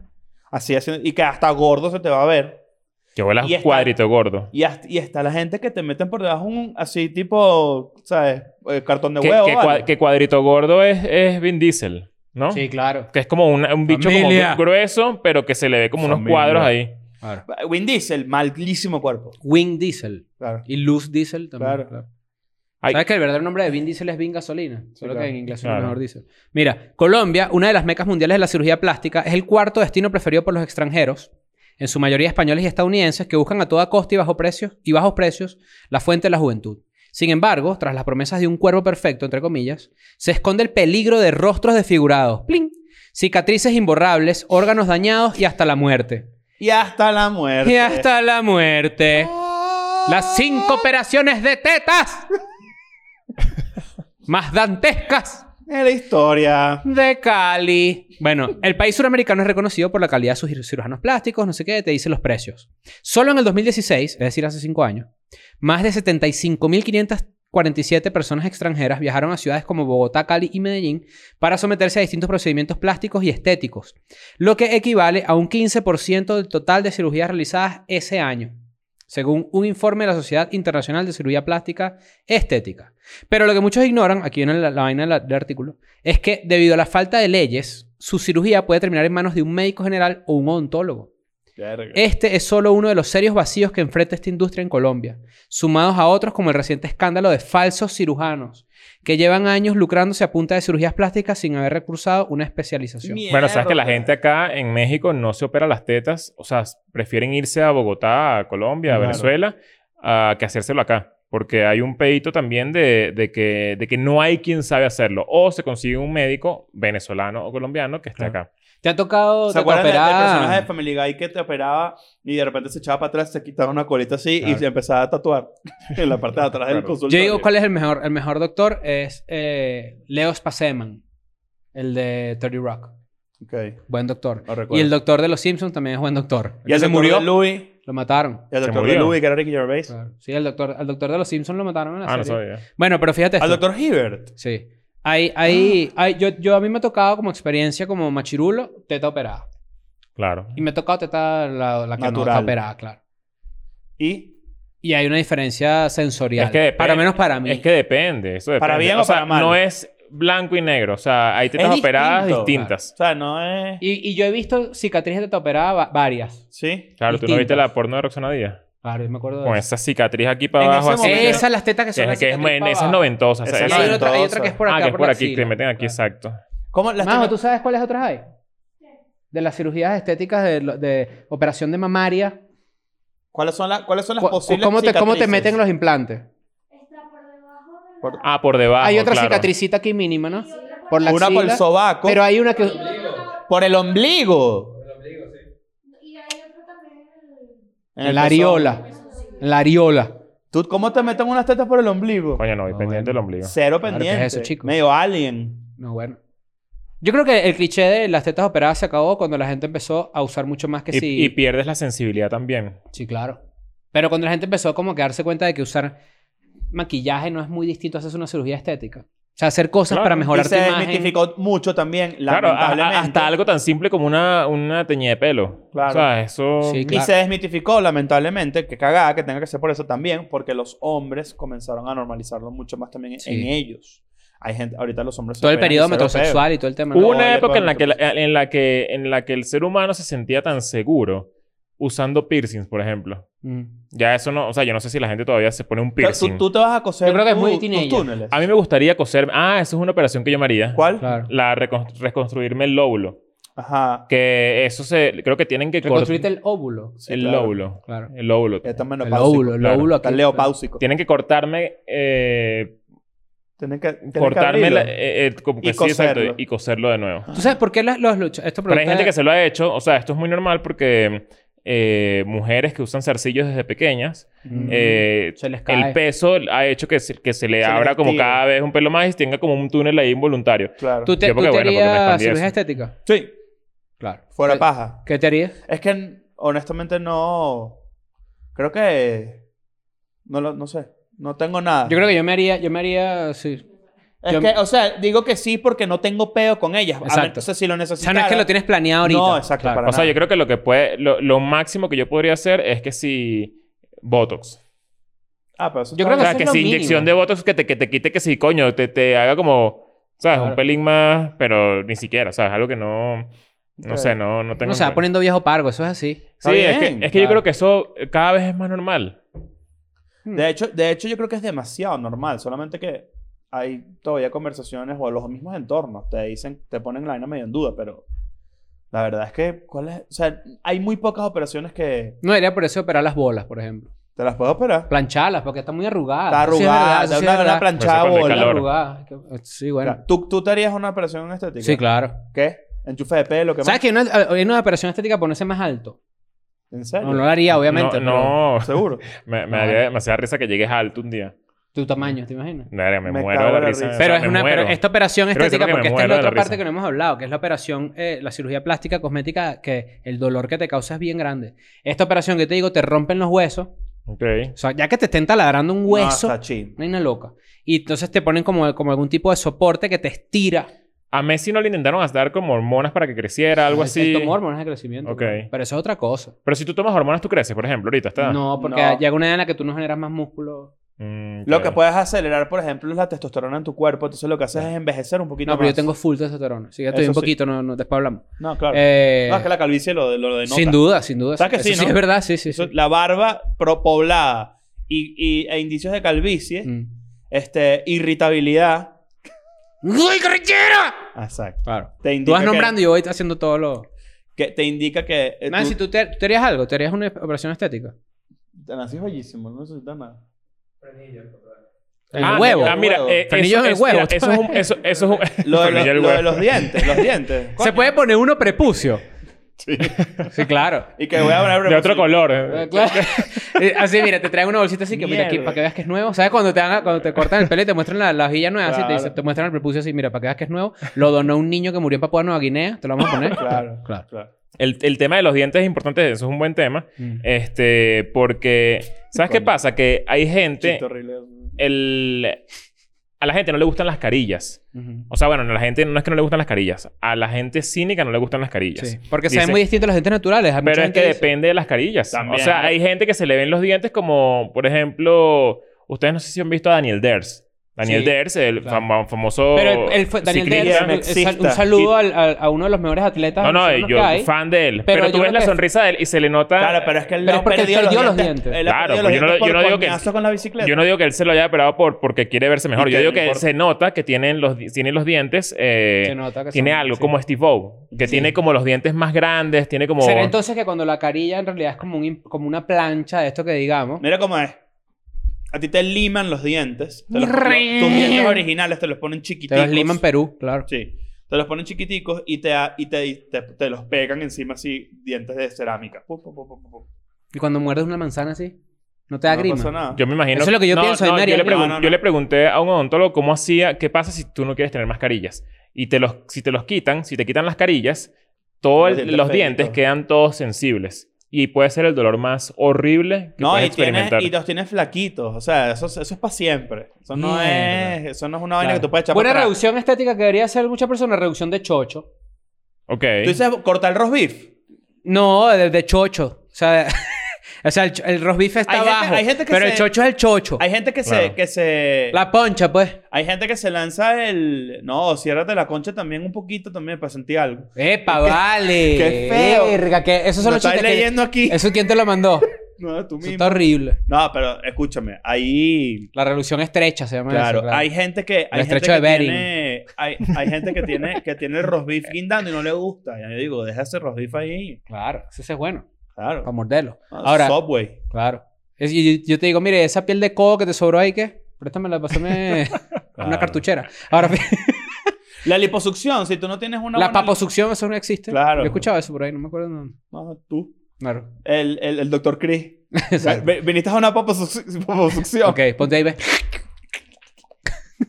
[SPEAKER 3] Así haciendo. Y que hasta gordo se te va a ver.
[SPEAKER 2] Ah, Que vuelas
[SPEAKER 3] Y está-
[SPEAKER 2] cuadrito gordo.
[SPEAKER 3] Y, hasta- y está la gente que te meten por debajo un así tipo, ¿sabes? Eh, cartón de
[SPEAKER 2] Que,
[SPEAKER 3] huevo.
[SPEAKER 2] que
[SPEAKER 3] ¿vale?
[SPEAKER 2] cua- que cuadrito gordo es, es Vin Diesel, ¿no?
[SPEAKER 4] Sí, claro.
[SPEAKER 2] Que es como una- un bicho como
[SPEAKER 4] Familia.
[SPEAKER 2] grueso, pero que se le ve como unos
[SPEAKER 3] Familia.
[SPEAKER 2] cuadros ahí.
[SPEAKER 3] Vin Diesel, malísimo cuerpo.
[SPEAKER 4] Wing Diesel.
[SPEAKER 3] Claro.
[SPEAKER 4] Y Luz Diesel también.
[SPEAKER 3] Claro.
[SPEAKER 4] claro.
[SPEAKER 2] Ay.
[SPEAKER 4] ¿Sabes que el verdadero nombre de Vin Diesel es Vin Gasolina? Solo
[SPEAKER 3] claro.
[SPEAKER 4] que en inglés
[SPEAKER 2] Claro.
[SPEAKER 4] es mejor diésel. Mira, Colombia, una de las mecas mundiales de la cirugía plástica, es el cuarto destino preferido por los extranjeros, en su mayoría españoles y estadounidenses, que buscan a toda costa y, bajo precios, y bajos precios la fuente de la juventud. Sin embargo, tras las promesas de un cuervo perfecto, entre comillas, se esconde el peligro de rostros desfigurados, ¡plin! cicatrices imborrables, órganos dañados y hasta la muerte.
[SPEAKER 3] Y hasta la muerte.
[SPEAKER 4] Y hasta la muerte. Las cinco operaciones de tetas más dantescas
[SPEAKER 3] Es la historia.
[SPEAKER 4] de Cali. Bueno, el país suramericano es reconocido por la calidad de sus cir- cirujanos plásticos, no sé qué, te dicen los precios. Solo en el 2016, es decir, hace cinco años, más de 75.547 personas extranjeras viajaron a ciudades como Bogotá, Cali y Medellín para someterse a distintos procedimientos plásticos y estéticos, lo que equivale a un 15% del total de cirugías realizadas ese año, según un informe de la Sociedad Internacional de Cirugía Plástica Estética. Pero lo que muchos ignoran, aquí viene la, la vaina de la- del artículo, es que debido a la falta de leyes, su cirugía puede terminar en manos de un médico general o un odontólogo. Este es solo uno de los serios vacíos que enfrenta esta industria en Colombia, sumados a otros como el reciente escándalo de falsos cirujanos, que llevan años lucrándose a punta de cirugías plásticas sin haber recursado una especialización.
[SPEAKER 2] Bueno, sabes que la gente acá en México no se opera las tetas. O sea, prefieren irse a Bogotá, a Colombia, a
[SPEAKER 3] Claro.
[SPEAKER 2] Venezuela, a que hacérselo acá. Porque hay un pedito también de, de que, de que no hay quien sabe hacerlo. O se consigue un médico venezolano o colombiano que esté
[SPEAKER 3] Claro.
[SPEAKER 2] acá.
[SPEAKER 4] ¿Te ha tocado,
[SPEAKER 3] ¿Se
[SPEAKER 4] te tocó
[SPEAKER 3] acuerdan del del personaje de
[SPEAKER 4] operar?
[SPEAKER 3] Family Guy que te operaba y de repente se echaba para atrás, se quitaba una colita así y
[SPEAKER 2] Claro.
[SPEAKER 3] se empezaba a tatuar en la parte de atrás del
[SPEAKER 2] Claro.
[SPEAKER 3] consultorio?
[SPEAKER 4] Yo digo, ¿cuál es el mejor? El mejor doctor es eh, Leo Spaceman, el de 30 Rock.
[SPEAKER 3] Ok,
[SPEAKER 4] Buen doctor.
[SPEAKER 3] no recuerdo.
[SPEAKER 4] Y el doctor de los Simpsons también es buen doctor.
[SPEAKER 3] Y el
[SPEAKER 4] se
[SPEAKER 3] doctor
[SPEAKER 4] murió. Ah.
[SPEAKER 3] de Louis.
[SPEAKER 4] Lo mataron.
[SPEAKER 3] Y el
[SPEAKER 2] Se
[SPEAKER 3] doctor de
[SPEAKER 2] murió.
[SPEAKER 3] Louis, que era Ricky Gervais.
[SPEAKER 4] Claro. Sí, el doctor, al doctor de los Simpsons lo mataron en la
[SPEAKER 2] Ah, no
[SPEAKER 4] serie.
[SPEAKER 2] sabía.
[SPEAKER 4] Bueno, pero fíjate.
[SPEAKER 3] Al
[SPEAKER 4] esto.
[SPEAKER 3] doctor Hibbert.
[SPEAKER 4] Sí. Ahí, ahí, ahí- yo, yo a mí me ha tocado como experiencia como machirulo, teta operada.
[SPEAKER 2] Claro.
[SPEAKER 4] Y me ha tocado teta la, la que no
[SPEAKER 3] Natural.
[SPEAKER 4] está operada, claro.
[SPEAKER 3] Y
[SPEAKER 4] Y hay una diferencia sensorial.
[SPEAKER 2] Es que depende-
[SPEAKER 4] para menos para mí.
[SPEAKER 2] Es que depende. Eso depende.
[SPEAKER 3] Para bien o
[SPEAKER 2] sea,
[SPEAKER 3] para mal.
[SPEAKER 2] No es blanco y negro. O sea, hay tetas
[SPEAKER 3] Es
[SPEAKER 2] operadas
[SPEAKER 3] distinto,
[SPEAKER 2] distintas.
[SPEAKER 3] o sea, no es...
[SPEAKER 4] y, y yo he visto cicatrices de teta operada va- varias.
[SPEAKER 3] ¿Sí?
[SPEAKER 2] Claro, tú no viste
[SPEAKER 4] Distintas.
[SPEAKER 2] la porno de Roxana Díaz.
[SPEAKER 4] Claro, yo me acuerdo de
[SPEAKER 2] Con
[SPEAKER 4] eso.
[SPEAKER 2] esa cicatriz aquí para
[SPEAKER 3] Pues. En
[SPEAKER 2] abajo.
[SPEAKER 3] ese
[SPEAKER 2] así que-
[SPEAKER 3] momento-
[SPEAKER 4] Esas las tetas que son
[SPEAKER 2] que
[SPEAKER 4] las
[SPEAKER 2] es, que es,
[SPEAKER 4] cicatriz
[SPEAKER 2] en-
[SPEAKER 4] para
[SPEAKER 2] esa es
[SPEAKER 4] abajo.
[SPEAKER 2] noventosa. o sea,
[SPEAKER 3] Esa es
[SPEAKER 4] Y
[SPEAKER 2] esa-
[SPEAKER 4] hay otra, hay otra que es por acá.
[SPEAKER 2] ah, que es por
[SPEAKER 4] la
[SPEAKER 2] aquí, que
[SPEAKER 4] axila.
[SPEAKER 2] te meten aquí,
[SPEAKER 4] Claro.
[SPEAKER 2] exacto.
[SPEAKER 3] ¿Cómo las
[SPEAKER 4] Majo,
[SPEAKER 3] tengo-
[SPEAKER 4] ¿tú sabes cuáles otras hay? De las cirugías estéticas de, lo- de operación de mamaria.
[SPEAKER 3] ¿Cuáles son, la- ¿cuáles son las
[SPEAKER 4] Cu-
[SPEAKER 3] posibles
[SPEAKER 4] ¿Cómo te, ¿Cómo te
[SPEAKER 3] cicatrices?
[SPEAKER 4] meten los implantes?
[SPEAKER 1] Está por debajo de
[SPEAKER 3] Por-
[SPEAKER 2] Ah, por debajo.
[SPEAKER 4] hay otra
[SPEAKER 2] claro.
[SPEAKER 4] cicatricita aquí mínima, ¿no? Por la
[SPEAKER 3] Una por el
[SPEAKER 4] axila,
[SPEAKER 3] sobaco.
[SPEAKER 4] Pero hay una que...
[SPEAKER 3] Por el ombligo.
[SPEAKER 1] Y hay otro también.
[SPEAKER 3] En el
[SPEAKER 4] La
[SPEAKER 3] pezón.
[SPEAKER 4] areola. La areola.
[SPEAKER 3] ¿Tú cómo te meten unas tetas por el ombligo?
[SPEAKER 2] Coño, no, y
[SPEAKER 4] No, bueno.
[SPEAKER 2] pendiente del ombligo.
[SPEAKER 3] Cero
[SPEAKER 4] Claro, ¿qué
[SPEAKER 3] pendiente.
[SPEAKER 4] es eso, chico?
[SPEAKER 3] Medio alien.
[SPEAKER 4] No, bueno. Yo creo que el cliché de las tetas operadas se acabó cuando la gente empezó a usar mucho más que
[SPEAKER 2] Y,
[SPEAKER 4] sí.
[SPEAKER 2] y pierdes la sensibilidad también.
[SPEAKER 4] Sí, claro. Pero cuando la gente empezó como que a darse cuenta de que usar maquillaje no es muy distinto a hacer una cirugía estética. O sea, hacer cosas
[SPEAKER 2] Claro.
[SPEAKER 4] para mejorar
[SPEAKER 3] Y
[SPEAKER 4] tu
[SPEAKER 3] se
[SPEAKER 4] imagen.
[SPEAKER 3] desmitificó mucho también,
[SPEAKER 2] Claro, a- a-
[SPEAKER 3] lamentablemente.
[SPEAKER 2] hasta algo tan simple como una, una teñida de pelo.
[SPEAKER 3] Claro.
[SPEAKER 2] O sea, eso...
[SPEAKER 4] Sí,
[SPEAKER 3] Y
[SPEAKER 4] Claro.
[SPEAKER 3] se desmitificó, lamentablemente, que cagada que tenga que ser por eso también, porque los hombres comenzaron a normalizarlo mucho más también en-
[SPEAKER 4] Sí.
[SPEAKER 3] en ellos. Hay gente, ahorita los hombres. se
[SPEAKER 4] Todo el
[SPEAKER 3] operan y
[SPEAKER 4] periodo
[SPEAKER 3] cero peo.
[SPEAKER 4] metrosexual y todo el tema. ¿no?
[SPEAKER 2] Hubo
[SPEAKER 3] Hubo
[SPEAKER 2] una
[SPEAKER 3] ya
[SPEAKER 2] época en la, que
[SPEAKER 3] podemos
[SPEAKER 2] la- en, la que, en la que el ser humano se sentía tan seguro usando piercings, por ejemplo.
[SPEAKER 4] Mm.
[SPEAKER 2] Ya eso no... O sea, yo no sé si la gente todavía se pone un
[SPEAKER 3] Pero
[SPEAKER 2] piercing.
[SPEAKER 3] Tú, tú te vas a coser
[SPEAKER 4] Yo creo que es
[SPEAKER 3] tu-
[SPEAKER 4] muy
[SPEAKER 3] tus
[SPEAKER 4] teenager.
[SPEAKER 3] túneles.
[SPEAKER 2] A mí me gustaría coser... Ah, eso es una operación que yo me haría.
[SPEAKER 3] ¿Cuál?
[SPEAKER 4] Claro.
[SPEAKER 2] La recon- reconstruirme el lóbulo.
[SPEAKER 3] Ajá.
[SPEAKER 2] Que eso se... Creo que tienen que... cort-
[SPEAKER 4] Reconstruirte el óvulo.
[SPEAKER 3] Sí,
[SPEAKER 2] El
[SPEAKER 3] claro.
[SPEAKER 2] lóbulo.
[SPEAKER 4] Claro.
[SPEAKER 2] El lóbulo.
[SPEAKER 3] Ya está
[SPEAKER 4] El
[SPEAKER 3] menopáusico.
[SPEAKER 4] óvulo, el
[SPEAKER 2] claro.
[SPEAKER 4] óvulo aquí.
[SPEAKER 3] Está leopáusico.
[SPEAKER 2] Tienen que cortarme... Eh,
[SPEAKER 3] Tienen que, tienen que
[SPEAKER 2] cortarme la-
[SPEAKER 3] abrirlo.
[SPEAKER 2] eh, eh, como que
[SPEAKER 3] Y
[SPEAKER 2] sí, exacto,
[SPEAKER 3] coserlo.
[SPEAKER 2] y coserlo de nuevo.
[SPEAKER 4] ¿Tú sabes por qué las- los luchas? Esto
[SPEAKER 2] Pero hay
[SPEAKER 4] pregunta-
[SPEAKER 2] gente que se lo ha hecho, o sea, esto es muy normal porque eh, mujeres que usan zarcillos desde pequeñas,
[SPEAKER 4] Mm.
[SPEAKER 2] eh,
[SPEAKER 4] se les cae.
[SPEAKER 2] el peso ha hecho que se, que se le
[SPEAKER 3] Se les
[SPEAKER 2] abra como
[SPEAKER 3] active.
[SPEAKER 2] cada vez un pelo más y tenga como un túnel ahí involuntario.
[SPEAKER 3] Claro.
[SPEAKER 4] ¿Tú te,
[SPEAKER 2] Yo
[SPEAKER 4] tú
[SPEAKER 2] porque,
[SPEAKER 4] te
[SPEAKER 2] bueno, porque me
[SPEAKER 4] harías
[SPEAKER 2] expandí
[SPEAKER 4] cirugía
[SPEAKER 2] eso.
[SPEAKER 4] estética?
[SPEAKER 3] Sí,
[SPEAKER 4] Claro.
[SPEAKER 3] fuera
[SPEAKER 4] ¿Qué-
[SPEAKER 3] paja.
[SPEAKER 4] ¿Qué te harías?
[SPEAKER 3] Es que honestamente no. Creo que. No lo, no sé. No tengo nada.
[SPEAKER 4] Yo creo que yo me haría, yo me haría, sí.
[SPEAKER 3] es
[SPEAKER 4] yo-
[SPEAKER 3] que, o sea, digo que sí porque no tengo peo con ellas. Exacto.
[SPEAKER 4] Exacto.
[SPEAKER 3] entonces si lo
[SPEAKER 4] O
[SPEAKER 3] necesitas.
[SPEAKER 4] sea, no es que lo tienes planeado ahorita.
[SPEAKER 3] No, exacto,
[SPEAKER 4] Claro.
[SPEAKER 3] para
[SPEAKER 2] O sea,
[SPEAKER 3] nada.
[SPEAKER 2] yo creo que lo que puede, lo, lo máximo que yo podría hacer es que si Botox.
[SPEAKER 3] Ah, pero eso
[SPEAKER 4] Yo
[SPEAKER 3] está
[SPEAKER 4] creo
[SPEAKER 2] O
[SPEAKER 4] que
[SPEAKER 2] sea,
[SPEAKER 4] eso
[SPEAKER 2] que
[SPEAKER 4] es lo
[SPEAKER 2] si
[SPEAKER 4] mínimo.
[SPEAKER 2] inyección de Botox que te, que te quite que si, coño, te, te haga como, ¿sabes?
[SPEAKER 4] Claro.
[SPEAKER 2] Un pelín más, pero ni siquiera, ¿sabes? Algo que no, no
[SPEAKER 3] Ok.
[SPEAKER 2] sé, no, no tengo...
[SPEAKER 4] No
[SPEAKER 2] en
[SPEAKER 4] se va
[SPEAKER 2] cuenta.
[SPEAKER 4] poniendo viejo pargo, eso es así.
[SPEAKER 2] Sí,
[SPEAKER 3] Está
[SPEAKER 2] es que,
[SPEAKER 3] bien,
[SPEAKER 2] es que yo
[SPEAKER 4] claro.
[SPEAKER 2] creo que eso eh, cada vez es más normal.
[SPEAKER 3] De hecho, de hecho, yo creo que es demasiado normal, solamente que hay todavía conversaciones o los mismos entornos te dicen, te ponen la vaina medio en duda, pero la verdad es que, ¿cuál es? O sea, hay muy pocas operaciones que
[SPEAKER 4] No debería por eso operar las bolas, por ejemplo.
[SPEAKER 3] te las puedes operar.
[SPEAKER 4] Plancharlas, porque está muy arrugada.
[SPEAKER 3] Está
[SPEAKER 4] Eso sí es
[SPEAKER 3] arrugada,
[SPEAKER 4] verdad, eso sí
[SPEAKER 3] da
[SPEAKER 4] es
[SPEAKER 3] una, una
[SPEAKER 4] verdad.
[SPEAKER 3] planchada
[SPEAKER 2] Puede ser con el
[SPEAKER 3] bola.
[SPEAKER 2] calor.
[SPEAKER 4] arrugada. que- eh, Sí,
[SPEAKER 3] O
[SPEAKER 4] bueno.
[SPEAKER 3] sea, ¿Tú, tú te harías una operación estética.
[SPEAKER 4] Sí, claro.
[SPEAKER 3] ¿Qué? Enchufe de pelo, ¿qué
[SPEAKER 4] ¿Sabes que hay una, hay una operación estética para ponerse más alto?
[SPEAKER 3] más? ¿En
[SPEAKER 4] No,
[SPEAKER 3] serio?
[SPEAKER 4] no lo haría, obviamente. pero
[SPEAKER 2] No, no.
[SPEAKER 3] Seguro.
[SPEAKER 2] Me, me
[SPEAKER 4] Ah.
[SPEAKER 2] daría demasiada risa que llegues alto un día.
[SPEAKER 4] Tu tamaño, ¿te imaginas?
[SPEAKER 2] Verga, me,
[SPEAKER 3] Me
[SPEAKER 2] muero
[SPEAKER 3] cago
[SPEAKER 2] de la
[SPEAKER 3] en la
[SPEAKER 2] risa.
[SPEAKER 3] risa.
[SPEAKER 2] O sea,
[SPEAKER 4] Pero es
[SPEAKER 2] me
[SPEAKER 4] una, pero
[SPEAKER 2] muero.
[SPEAKER 4] esta operación
[SPEAKER 2] Creo que
[SPEAKER 4] estética,
[SPEAKER 2] creo que me
[SPEAKER 4] porque esta es
[SPEAKER 2] muero
[SPEAKER 4] la
[SPEAKER 2] de la
[SPEAKER 4] otra parte
[SPEAKER 2] risa.
[SPEAKER 4] que no hemos hablado, que es la operación, eh, la cirugía plástica cosmética, que el dolor que te causa es bien grande. Esta operación que te digo, te rompen los huesos.
[SPEAKER 2] Ok.
[SPEAKER 4] O sea, ya que te estén taladrando un hueso,
[SPEAKER 3] No, está chill.
[SPEAKER 4] una vaina loca. Y entonces te ponen como, como algún tipo de soporte que te estira.
[SPEAKER 2] A Messi no le intentaron dar como hormonas para que creciera, algo así.
[SPEAKER 4] Toma hormonas de crecimiento.
[SPEAKER 2] Ok.
[SPEAKER 4] claro. Pero eso es otra cosa.
[SPEAKER 2] Pero si tú tomas hormonas, tú creces, por ejemplo, ahorita está.
[SPEAKER 4] No, porque
[SPEAKER 3] No.
[SPEAKER 4] llega una edad en la que tú no generas más músculo.
[SPEAKER 2] Mm,
[SPEAKER 3] Lo
[SPEAKER 2] ok.
[SPEAKER 3] que puedes acelerar, por ejemplo, es la testosterona en tu cuerpo. Entonces lo que haces es envejecer un poquito
[SPEAKER 4] No, pero yo
[SPEAKER 3] más.
[SPEAKER 4] tengo full testosterona. Sí, ya estoy
[SPEAKER 3] Eso
[SPEAKER 4] un
[SPEAKER 3] sí.
[SPEAKER 4] poquito, no, no, después hablamos.
[SPEAKER 3] No, claro.
[SPEAKER 4] Eh,
[SPEAKER 3] No, es que la calvicie lo, lo denota.
[SPEAKER 4] sin duda, sin duda.
[SPEAKER 3] ¿Sabes que
[SPEAKER 4] Eso
[SPEAKER 3] sí, no?
[SPEAKER 4] es verdad, sí, sí.
[SPEAKER 3] Eso,
[SPEAKER 4] sí.
[SPEAKER 3] la barba pro- poblada y, y- e indicios de calvicie,
[SPEAKER 4] Mm.
[SPEAKER 3] este, irritabilidad.
[SPEAKER 4] ¡Uy, carretera!
[SPEAKER 3] Exacto.
[SPEAKER 4] Claro.
[SPEAKER 3] Te
[SPEAKER 4] Tú
[SPEAKER 3] indica
[SPEAKER 4] vas nombrando y yo voy haciendo todo lo...
[SPEAKER 3] Que, que te indica que. eh,
[SPEAKER 4] Nancy,
[SPEAKER 3] tú,
[SPEAKER 4] ¿tú te, tú te harías algo? ¿Te harías una operación estética?
[SPEAKER 3] Nancy es bellísimo, no necesitas nada.
[SPEAKER 4] ¿En
[SPEAKER 2] Ah,
[SPEAKER 4] el huevo?
[SPEAKER 2] Ah, mira, eh,
[SPEAKER 4] Frenillo
[SPEAKER 2] eso,
[SPEAKER 4] en el
[SPEAKER 2] es- mira,
[SPEAKER 4] huevo.
[SPEAKER 2] eso es un. Eso, eso es un.
[SPEAKER 3] Lo, de
[SPEAKER 2] Frenillo en el
[SPEAKER 3] los- lo de
[SPEAKER 2] huevo.
[SPEAKER 3] los dientes, los dientes.
[SPEAKER 4] ¿Se
[SPEAKER 3] coño.
[SPEAKER 4] puede poner uno prepucio?
[SPEAKER 3] Sí.
[SPEAKER 4] Sí, claro.
[SPEAKER 3] Y que voy a poner.
[SPEAKER 2] De otro color.
[SPEAKER 4] Eh,
[SPEAKER 2] eh.
[SPEAKER 4] claro. Eh, Así, mira, te traen una bolsita así que, mira, aquí,
[SPEAKER 3] Mierda.
[SPEAKER 4] para que veas que es nuevo. ¿Sabes cuando te, dan- cuando te cortan el pelo y te muestran la, la hojilla nueva? Así, te,
[SPEAKER 3] Claro.
[SPEAKER 4] dicen- te muestran el prepucio así, mira, para que veas que es nuevo. Lo donó un niño que murió en Papua Nueva Guinea. Te lo vamos a poner.
[SPEAKER 3] Claro,
[SPEAKER 4] claro.
[SPEAKER 3] claro.
[SPEAKER 2] El, el tema de los dientes es importante, eso es un buen tema.
[SPEAKER 4] Mm.
[SPEAKER 2] Este, porque. ¿Sabes qué
[SPEAKER 3] Coño.
[SPEAKER 2] pasa? Que hay gente.
[SPEAKER 3] Chiste horrible.
[SPEAKER 2] el- a la gente no le gustan las carillas.
[SPEAKER 4] Ujú.
[SPEAKER 2] O sea, bueno, a la gente no es que no le gustan las carillas. A la gente cínica no le gustan las carillas.
[SPEAKER 4] Sí, porque se
[SPEAKER 2] Dicen-
[SPEAKER 4] ven muy distintos los dientes naturales. Hay mucha
[SPEAKER 2] Pero es
[SPEAKER 4] gente
[SPEAKER 2] que
[SPEAKER 4] dice-
[SPEAKER 2] depende de las carillas.
[SPEAKER 3] También.
[SPEAKER 2] O sea, hay gente que se le ven los dientes como, por ejemplo, ustedes no sé si han visto a Daniel Ders. Daniel
[SPEAKER 4] Sí,
[SPEAKER 2] Ders, el
[SPEAKER 4] claro.
[SPEAKER 2] fam- famoso.
[SPEAKER 4] Pero él fue, Daniel
[SPEAKER 2] ciclista.
[SPEAKER 4] Ders, un-
[SPEAKER 3] Ciclista.
[SPEAKER 4] sal- un saludo al- al- a uno de los mejores atletas.
[SPEAKER 2] No, no,
[SPEAKER 4] venezolanos que
[SPEAKER 2] yo,
[SPEAKER 4] hay.
[SPEAKER 2] fan de él.
[SPEAKER 4] Pero
[SPEAKER 2] Pero,
[SPEAKER 4] yo
[SPEAKER 2] tú ves
[SPEAKER 4] creo
[SPEAKER 2] la
[SPEAKER 4] que-
[SPEAKER 2] sonrisa de él y se le nota.
[SPEAKER 3] Claro, pero es que él
[SPEAKER 4] Pero
[SPEAKER 3] no
[SPEAKER 4] es porque él
[SPEAKER 3] perdió
[SPEAKER 4] perdió los dientes.
[SPEAKER 3] Él ha
[SPEAKER 2] Claro, pues
[SPEAKER 3] perdido los
[SPEAKER 2] yo no
[SPEAKER 3] dientes
[SPEAKER 2] lo- yo
[SPEAKER 3] por
[SPEAKER 2] no digo que-
[SPEAKER 3] coñazo con la bicicleta.
[SPEAKER 2] Yo no digo que él se lo haya parado por, porque quiere verse mejor.
[SPEAKER 3] Y
[SPEAKER 2] Yo
[SPEAKER 3] que
[SPEAKER 2] digo
[SPEAKER 3] no
[SPEAKER 2] que
[SPEAKER 3] importa.
[SPEAKER 2] se nota que tienen los, di- tiene los dientes. eh,
[SPEAKER 4] Se nota que
[SPEAKER 2] tiene
[SPEAKER 4] son-
[SPEAKER 2] algo
[SPEAKER 4] sí.
[SPEAKER 2] como Steve O. Que
[SPEAKER 4] Sí.
[SPEAKER 2] tiene como los dientes más grandes, tiene como.
[SPEAKER 4] Será entonces que cuando la carilla en realidad es como, un imp- como una plancha de esto que digamos.
[SPEAKER 3] Mira cómo es. A ti te liman los dientes. te los- lo- tus dientes originales te los ponen
[SPEAKER 4] Te
[SPEAKER 3] chiquiticos.
[SPEAKER 4] los lima en Perú, claro.
[SPEAKER 3] Sí. Te los ponen chiquiticos y te, y te, y te, te los pegan encima así, dientes de cerámica. Pum, pum, pum, pum, pum, pum.
[SPEAKER 4] Y cuando muerdes una manzana así, no te da
[SPEAKER 3] No
[SPEAKER 4] grima.
[SPEAKER 3] pasa nada.
[SPEAKER 2] Yo me imagino.
[SPEAKER 4] Eso es lo que yo
[SPEAKER 2] No,
[SPEAKER 4] pienso de
[SPEAKER 2] no,
[SPEAKER 4] Nari
[SPEAKER 2] yo, le
[SPEAKER 4] Almeida.
[SPEAKER 2] pregun-
[SPEAKER 3] No, no, no.
[SPEAKER 2] yo le pregunté a un odontólogo cómo hacía, qué pasa si tú no quieres tener mascarillas. Y te los, si te los quitan, si te quitan las carillas, todos
[SPEAKER 3] Los dientes
[SPEAKER 2] los
[SPEAKER 3] feitos.
[SPEAKER 2] dientes quedan todos sensibles. Y puede ser el dolor más horrible que
[SPEAKER 3] No,
[SPEAKER 2] puedes
[SPEAKER 3] y, tienes,
[SPEAKER 2] experimentar.
[SPEAKER 3] y los tienes flaquitos. O sea, eso, es- eso es para siempre. Eso no,
[SPEAKER 4] Mierda.
[SPEAKER 3] es, eso no es una vaina
[SPEAKER 4] Claro.
[SPEAKER 3] que tú puedes echar
[SPEAKER 4] Buena
[SPEAKER 3] para atrás.
[SPEAKER 4] reducción estética que debería hacer muchas personas, reducción de chocho.
[SPEAKER 2] Ok.
[SPEAKER 3] Tú dices cortar el roast beef.
[SPEAKER 4] No, de, de chocho. O sea, o sea el, cho- el roast beef está
[SPEAKER 3] Hay gente-
[SPEAKER 4] abajo.
[SPEAKER 3] hay gente que
[SPEAKER 4] pero
[SPEAKER 3] se-
[SPEAKER 4] el chocho es el chocho.
[SPEAKER 3] Hay gente que se...
[SPEAKER 2] Claro.
[SPEAKER 3] Que se...
[SPEAKER 4] La poncha, pues.
[SPEAKER 3] Hay gente que se lanza el... No, ciérrate la concha también un poquito también para sentir algo.
[SPEAKER 4] Epa, vale.
[SPEAKER 3] qué feo.
[SPEAKER 4] Verga, que esos son
[SPEAKER 3] Lo
[SPEAKER 4] los
[SPEAKER 3] estás
[SPEAKER 4] chistes que-
[SPEAKER 3] leyendo aquí.
[SPEAKER 4] ¿Eso quién te lo mandó?
[SPEAKER 3] No,
[SPEAKER 4] Eso
[SPEAKER 3] tú mismo.
[SPEAKER 4] está horrible.
[SPEAKER 3] No, pero escúchame, ahí.
[SPEAKER 4] La reducción estrecha se llama
[SPEAKER 3] Claro,
[SPEAKER 4] eso. Claro,
[SPEAKER 3] hay gente que. Hay
[SPEAKER 4] El
[SPEAKER 3] gente
[SPEAKER 4] estrecho
[SPEAKER 3] que
[SPEAKER 4] de Bering.
[SPEAKER 3] tiene, hay, hay gente que tiene, que tiene el roast beef guindando y no le gusta. Ya yo digo, deja ese roast beef ahí.
[SPEAKER 4] Claro, ese es bueno. Para
[SPEAKER 3] Claro.
[SPEAKER 4] morderlo.
[SPEAKER 3] Ah,
[SPEAKER 4] Ahora,
[SPEAKER 3] Subway.
[SPEAKER 4] claro. Es- y yo, yo te digo, mire, esa piel de codo que te sobró ahí, ¿qué? Préstamela, pásame una
[SPEAKER 2] Claro.
[SPEAKER 4] cartuchera. Ahora,
[SPEAKER 3] La liposucción, si tú no tienes una.
[SPEAKER 4] la
[SPEAKER 3] buena-
[SPEAKER 4] paposucción, eso no existe.
[SPEAKER 3] Claro.
[SPEAKER 4] Yo escuchaba eso por ahí, no me acuerdo. dónde.
[SPEAKER 3] No, Ah, tú.
[SPEAKER 4] Claro.
[SPEAKER 3] El, el, el doctor Chris.
[SPEAKER 4] Exacto.
[SPEAKER 3] Ve- Viniste a una paposuc- paposucción.
[SPEAKER 4] ok, ponte ahí, ve.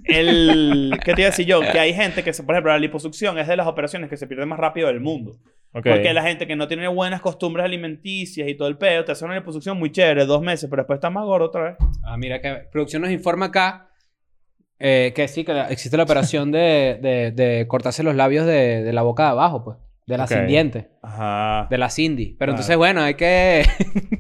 [SPEAKER 3] El, ¿Qué te iba a decir yo? Que hay gente que, se, por ejemplo, la liposucción es de las operaciones que se pierden más rápido del mundo.
[SPEAKER 2] ok.
[SPEAKER 3] Porque la gente que no tiene buenas costumbres alimenticias y todo el pedo, te hace una liposucción muy chévere, dos meses, pero después estás más gordo otra vez.
[SPEAKER 4] Ah, mira que producción nos informa acá eh, que sí, que la- existe la operación de, de, de cortarse los labios de, de la boca de abajo, pues. De la
[SPEAKER 2] Ok.
[SPEAKER 4] sin dientes,
[SPEAKER 3] Ajá.
[SPEAKER 4] de la Cindy. Pero
[SPEAKER 3] Claro.
[SPEAKER 4] entonces, bueno, hay que.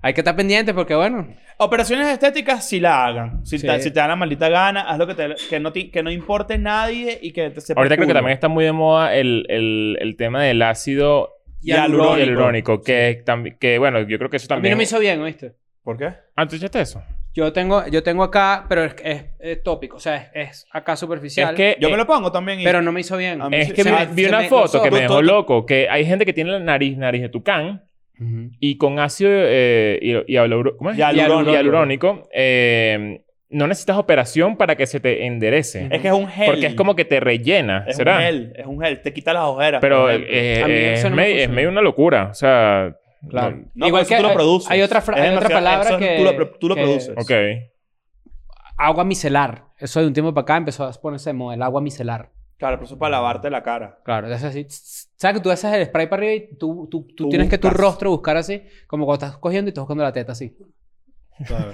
[SPEAKER 4] hay que estar pendiente porque, bueno.
[SPEAKER 3] Operaciones estéticas si la hagan. Si,
[SPEAKER 4] Sí.
[SPEAKER 3] te, si te dan la maldita gana, haz lo que, te, que, no, te- que no importe nadie y que te sepa
[SPEAKER 2] Ahorita creo que
[SPEAKER 3] culo.
[SPEAKER 2] también está muy de moda el, el, el tema del ácido
[SPEAKER 3] Hialurónico.
[SPEAKER 2] hialurónico, que, también que bueno, yo creo que eso
[SPEAKER 4] A mí
[SPEAKER 2] también.
[SPEAKER 4] no me hizo bien, ¿oíste?
[SPEAKER 3] ¿Por qué?
[SPEAKER 2] Ah, ¿tú echaste eso?
[SPEAKER 4] Yo tengo, yo tengo acá, pero es, es- es tópico, o sea, es, es acá superficial.
[SPEAKER 2] Es que,
[SPEAKER 3] Yo
[SPEAKER 2] eh,
[SPEAKER 3] me lo pongo también. y-
[SPEAKER 4] Pero no me hizo bien.
[SPEAKER 3] A mí
[SPEAKER 2] es que
[SPEAKER 4] Se
[SPEAKER 2] vi,
[SPEAKER 4] me-
[SPEAKER 2] vi
[SPEAKER 4] se
[SPEAKER 2] una
[SPEAKER 4] me-
[SPEAKER 2] foto
[SPEAKER 4] los
[SPEAKER 2] que me
[SPEAKER 3] ojos-
[SPEAKER 2] dejó loco, que hay gente que tiene la nariz, nariz de tucán,
[SPEAKER 4] Ujú.
[SPEAKER 2] Y con ácido eh, y, y aluro- ¿cómo es?
[SPEAKER 3] Hialurónico.
[SPEAKER 2] hialurónico, eh, no necesitas operación para que se te enderece.
[SPEAKER 3] Es que es un gel.
[SPEAKER 2] Porque es como que te rellena,
[SPEAKER 3] Es un
[SPEAKER 2] ¿será?
[SPEAKER 3] gel. Es un gel. Te quita las ojeras.
[SPEAKER 2] Pero
[SPEAKER 3] por
[SPEAKER 2] eh, eh,
[SPEAKER 3] ejemplo.
[SPEAKER 4] A mí
[SPEAKER 2] es,
[SPEAKER 4] eso no me
[SPEAKER 2] medio, es
[SPEAKER 4] funciona.
[SPEAKER 2] medio una locura. O sea...
[SPEAKER 4] Claro.
[SPEAKER 3] No,
[SPEAKER 4] Igual
[SPEAKER 3] pero
[SPEAKER 4] que
[SPEAKER 3] eso tú lo
[SPEAKER 4] hay-
[SPEAKER 3] produces.
[SPEAKER 4] hay otra fra-
[SPEAKER 3] Es
[SPEAKER 4] hay otra
[SPEAKER 3] demasiado-
[SPEAKER 4] palabra
[SPEAKER 3] eso es-
[SPEAKER 4] que-
[SPEAKER 3] Tú lo, pro- tú lo
[SPEAKER 4] que-
[SPEAKER 3] produces.
[SPEAKER 2] no. Ok.
[SPEAKER 4] Agua micelar. Eso de un tiempo para acá empezó a ponerse de moda, el agua micelar.
[SPEAKER 3] Claro, pero eso es para lavarte la cara.
[SPEAKER 4] Claro, te haces así. tss, ¿Sabes que tú haces el spray para arriba y tú, tú, tú
[SPEAKER 3] Tú
[SPEAKER 4] tienes que tu
[SPEAKER 3] buscas.
[SPEAKER 4] rostro buscar así? Como cuando estás cogiendo y estás buscando la teta así. Claro.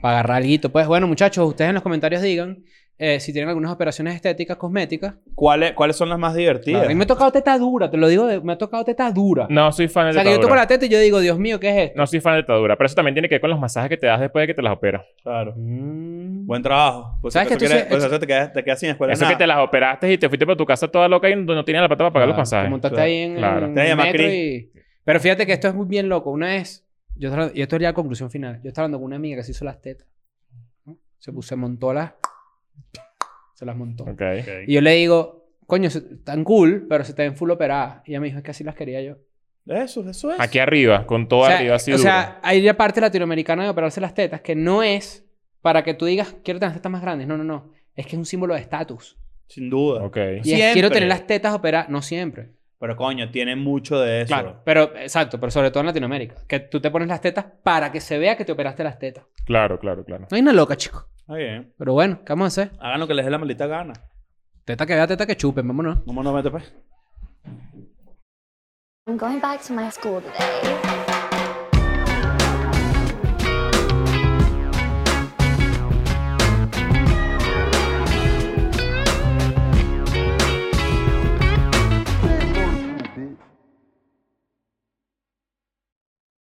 [SPEAKER 4] para agarrar algo. Pues bueno, muchachos, ustedes en los comentarios digan eh, si tienen algunas operaciones estéticas, cosméticas.
[SPEAKER 3] ¿Cuáles, ¿Cuáles son las más divertidas?
[SPEAKER 4] Claro, A mí me ha tocado teta dura, te lo digo, de- me ha tocado teta dura.
[SPEAKER 2] No soy fan
[SPEAKER 4] o
[SPEAKER 2] de
[SPEAKER 4] sea, que yo toco
[SPEAKER 2] dentadura.
[SPEAKER 4] la teta y yo digo, Dios mío, ¿qué es esto?
[SPEAKER 2] No soy fan de dentadura. Pero eso también tiene que ver con los masajes que te das después de que te las operas.
[SPEAKER 3] Claro.
[SPEAKER 4] Mm.
[SPEAKER 3] Buen trabajo. Pues
[SPEAKER 4] ¿Sabes
[SPEAKER 3] ¿Sabes
[SPEAKER 4] que tú
[SPEAKER 3] que
[SPEAKER 4] se-
[SPEAKER 3] pues, eso te quedas, te quedas sin escuela.
[SPEAKER 2] eso
[SPEAKER 3] nada.
[SPEAKER 2] que te las operaste y te fuiste para tu casa toda loca y no, no tenías la plata para pagar los
[SPEAKER 4] Claro, Te
[SPEAKER 2] masajes.
[SPEAKER 4] montaste
[SPEAKER 3] claro,
[SPEAKER 4] ahí en,
[SPEAKER 2] claro.
[SPEAKER 4] en
[SPEAKER 3] Te
[SPEAKER 4] el
[SPEAKER 3] llama
[SPEAKER 4] metro
[SPEAKER 3] Chris.
[SPEAKER 4] y... Pero fíjate que esto es muy bien loco. Una vez... Yo estaba- y esto es ya conclusión final. Yo estaba hablando con una amiga que se hizo las tetas. ¿no? Se puso, se montó las... Se las montó.
[SPEAKER 2] Ok.
[SPEAKER 4] Y yo le digo, coño, se- tan cool, pero se te ven full operadas. Y ella me dijo, es que así las quería yo.
[SPEAKER 3] Eso, eso es.
[SPEAKER 2] Aquí arriba, con todo
[SPEAKER 4] o sea,
[SPEAKER 2] arriba así
[SPEAKER 4] o
[SPEAKER 2] duro.
[SPEAKER 4] sea, hay la parte latinoamericana de operarse las tetas que no es para que tú digas, quiero tener las tetas más grandes. No, no, no. Es que es un símbolo de estatus.
[SPEAKER 3] Sin duda.
[SPEAKER 2] ok.
[SPEAKER 4] Y es,
[SPEAKER 3] Siempre.
[SPEAKER 4] quiero tener las tetas operadas. No siempre.
[SPEAKER 3] Pero coño, tiene mucho de eso.
[SPEAKER 4] Claro, pero exacto, pero sobre todo en Latinoamérica. Que tú te pones las tetas para que se vea que te operaste las tetas.
[SPEAKER 2] Claro, claro, claro.
[SPEAKER 4] No hay una loca, chico.
[SPEAKER 3] Está bien.
[SPEAKER 4] Pero bueno, ¿qué vamos a hacer?
[SPEAKER 3] Hagan lo que les dé la maldita gana.
[SPEAKER 4] Teta que vea, teta que chupen, vámonos.
[SPEAKER 3] Vámonos, vete pues.
[SPEAKER 6] I'm going back to my school today.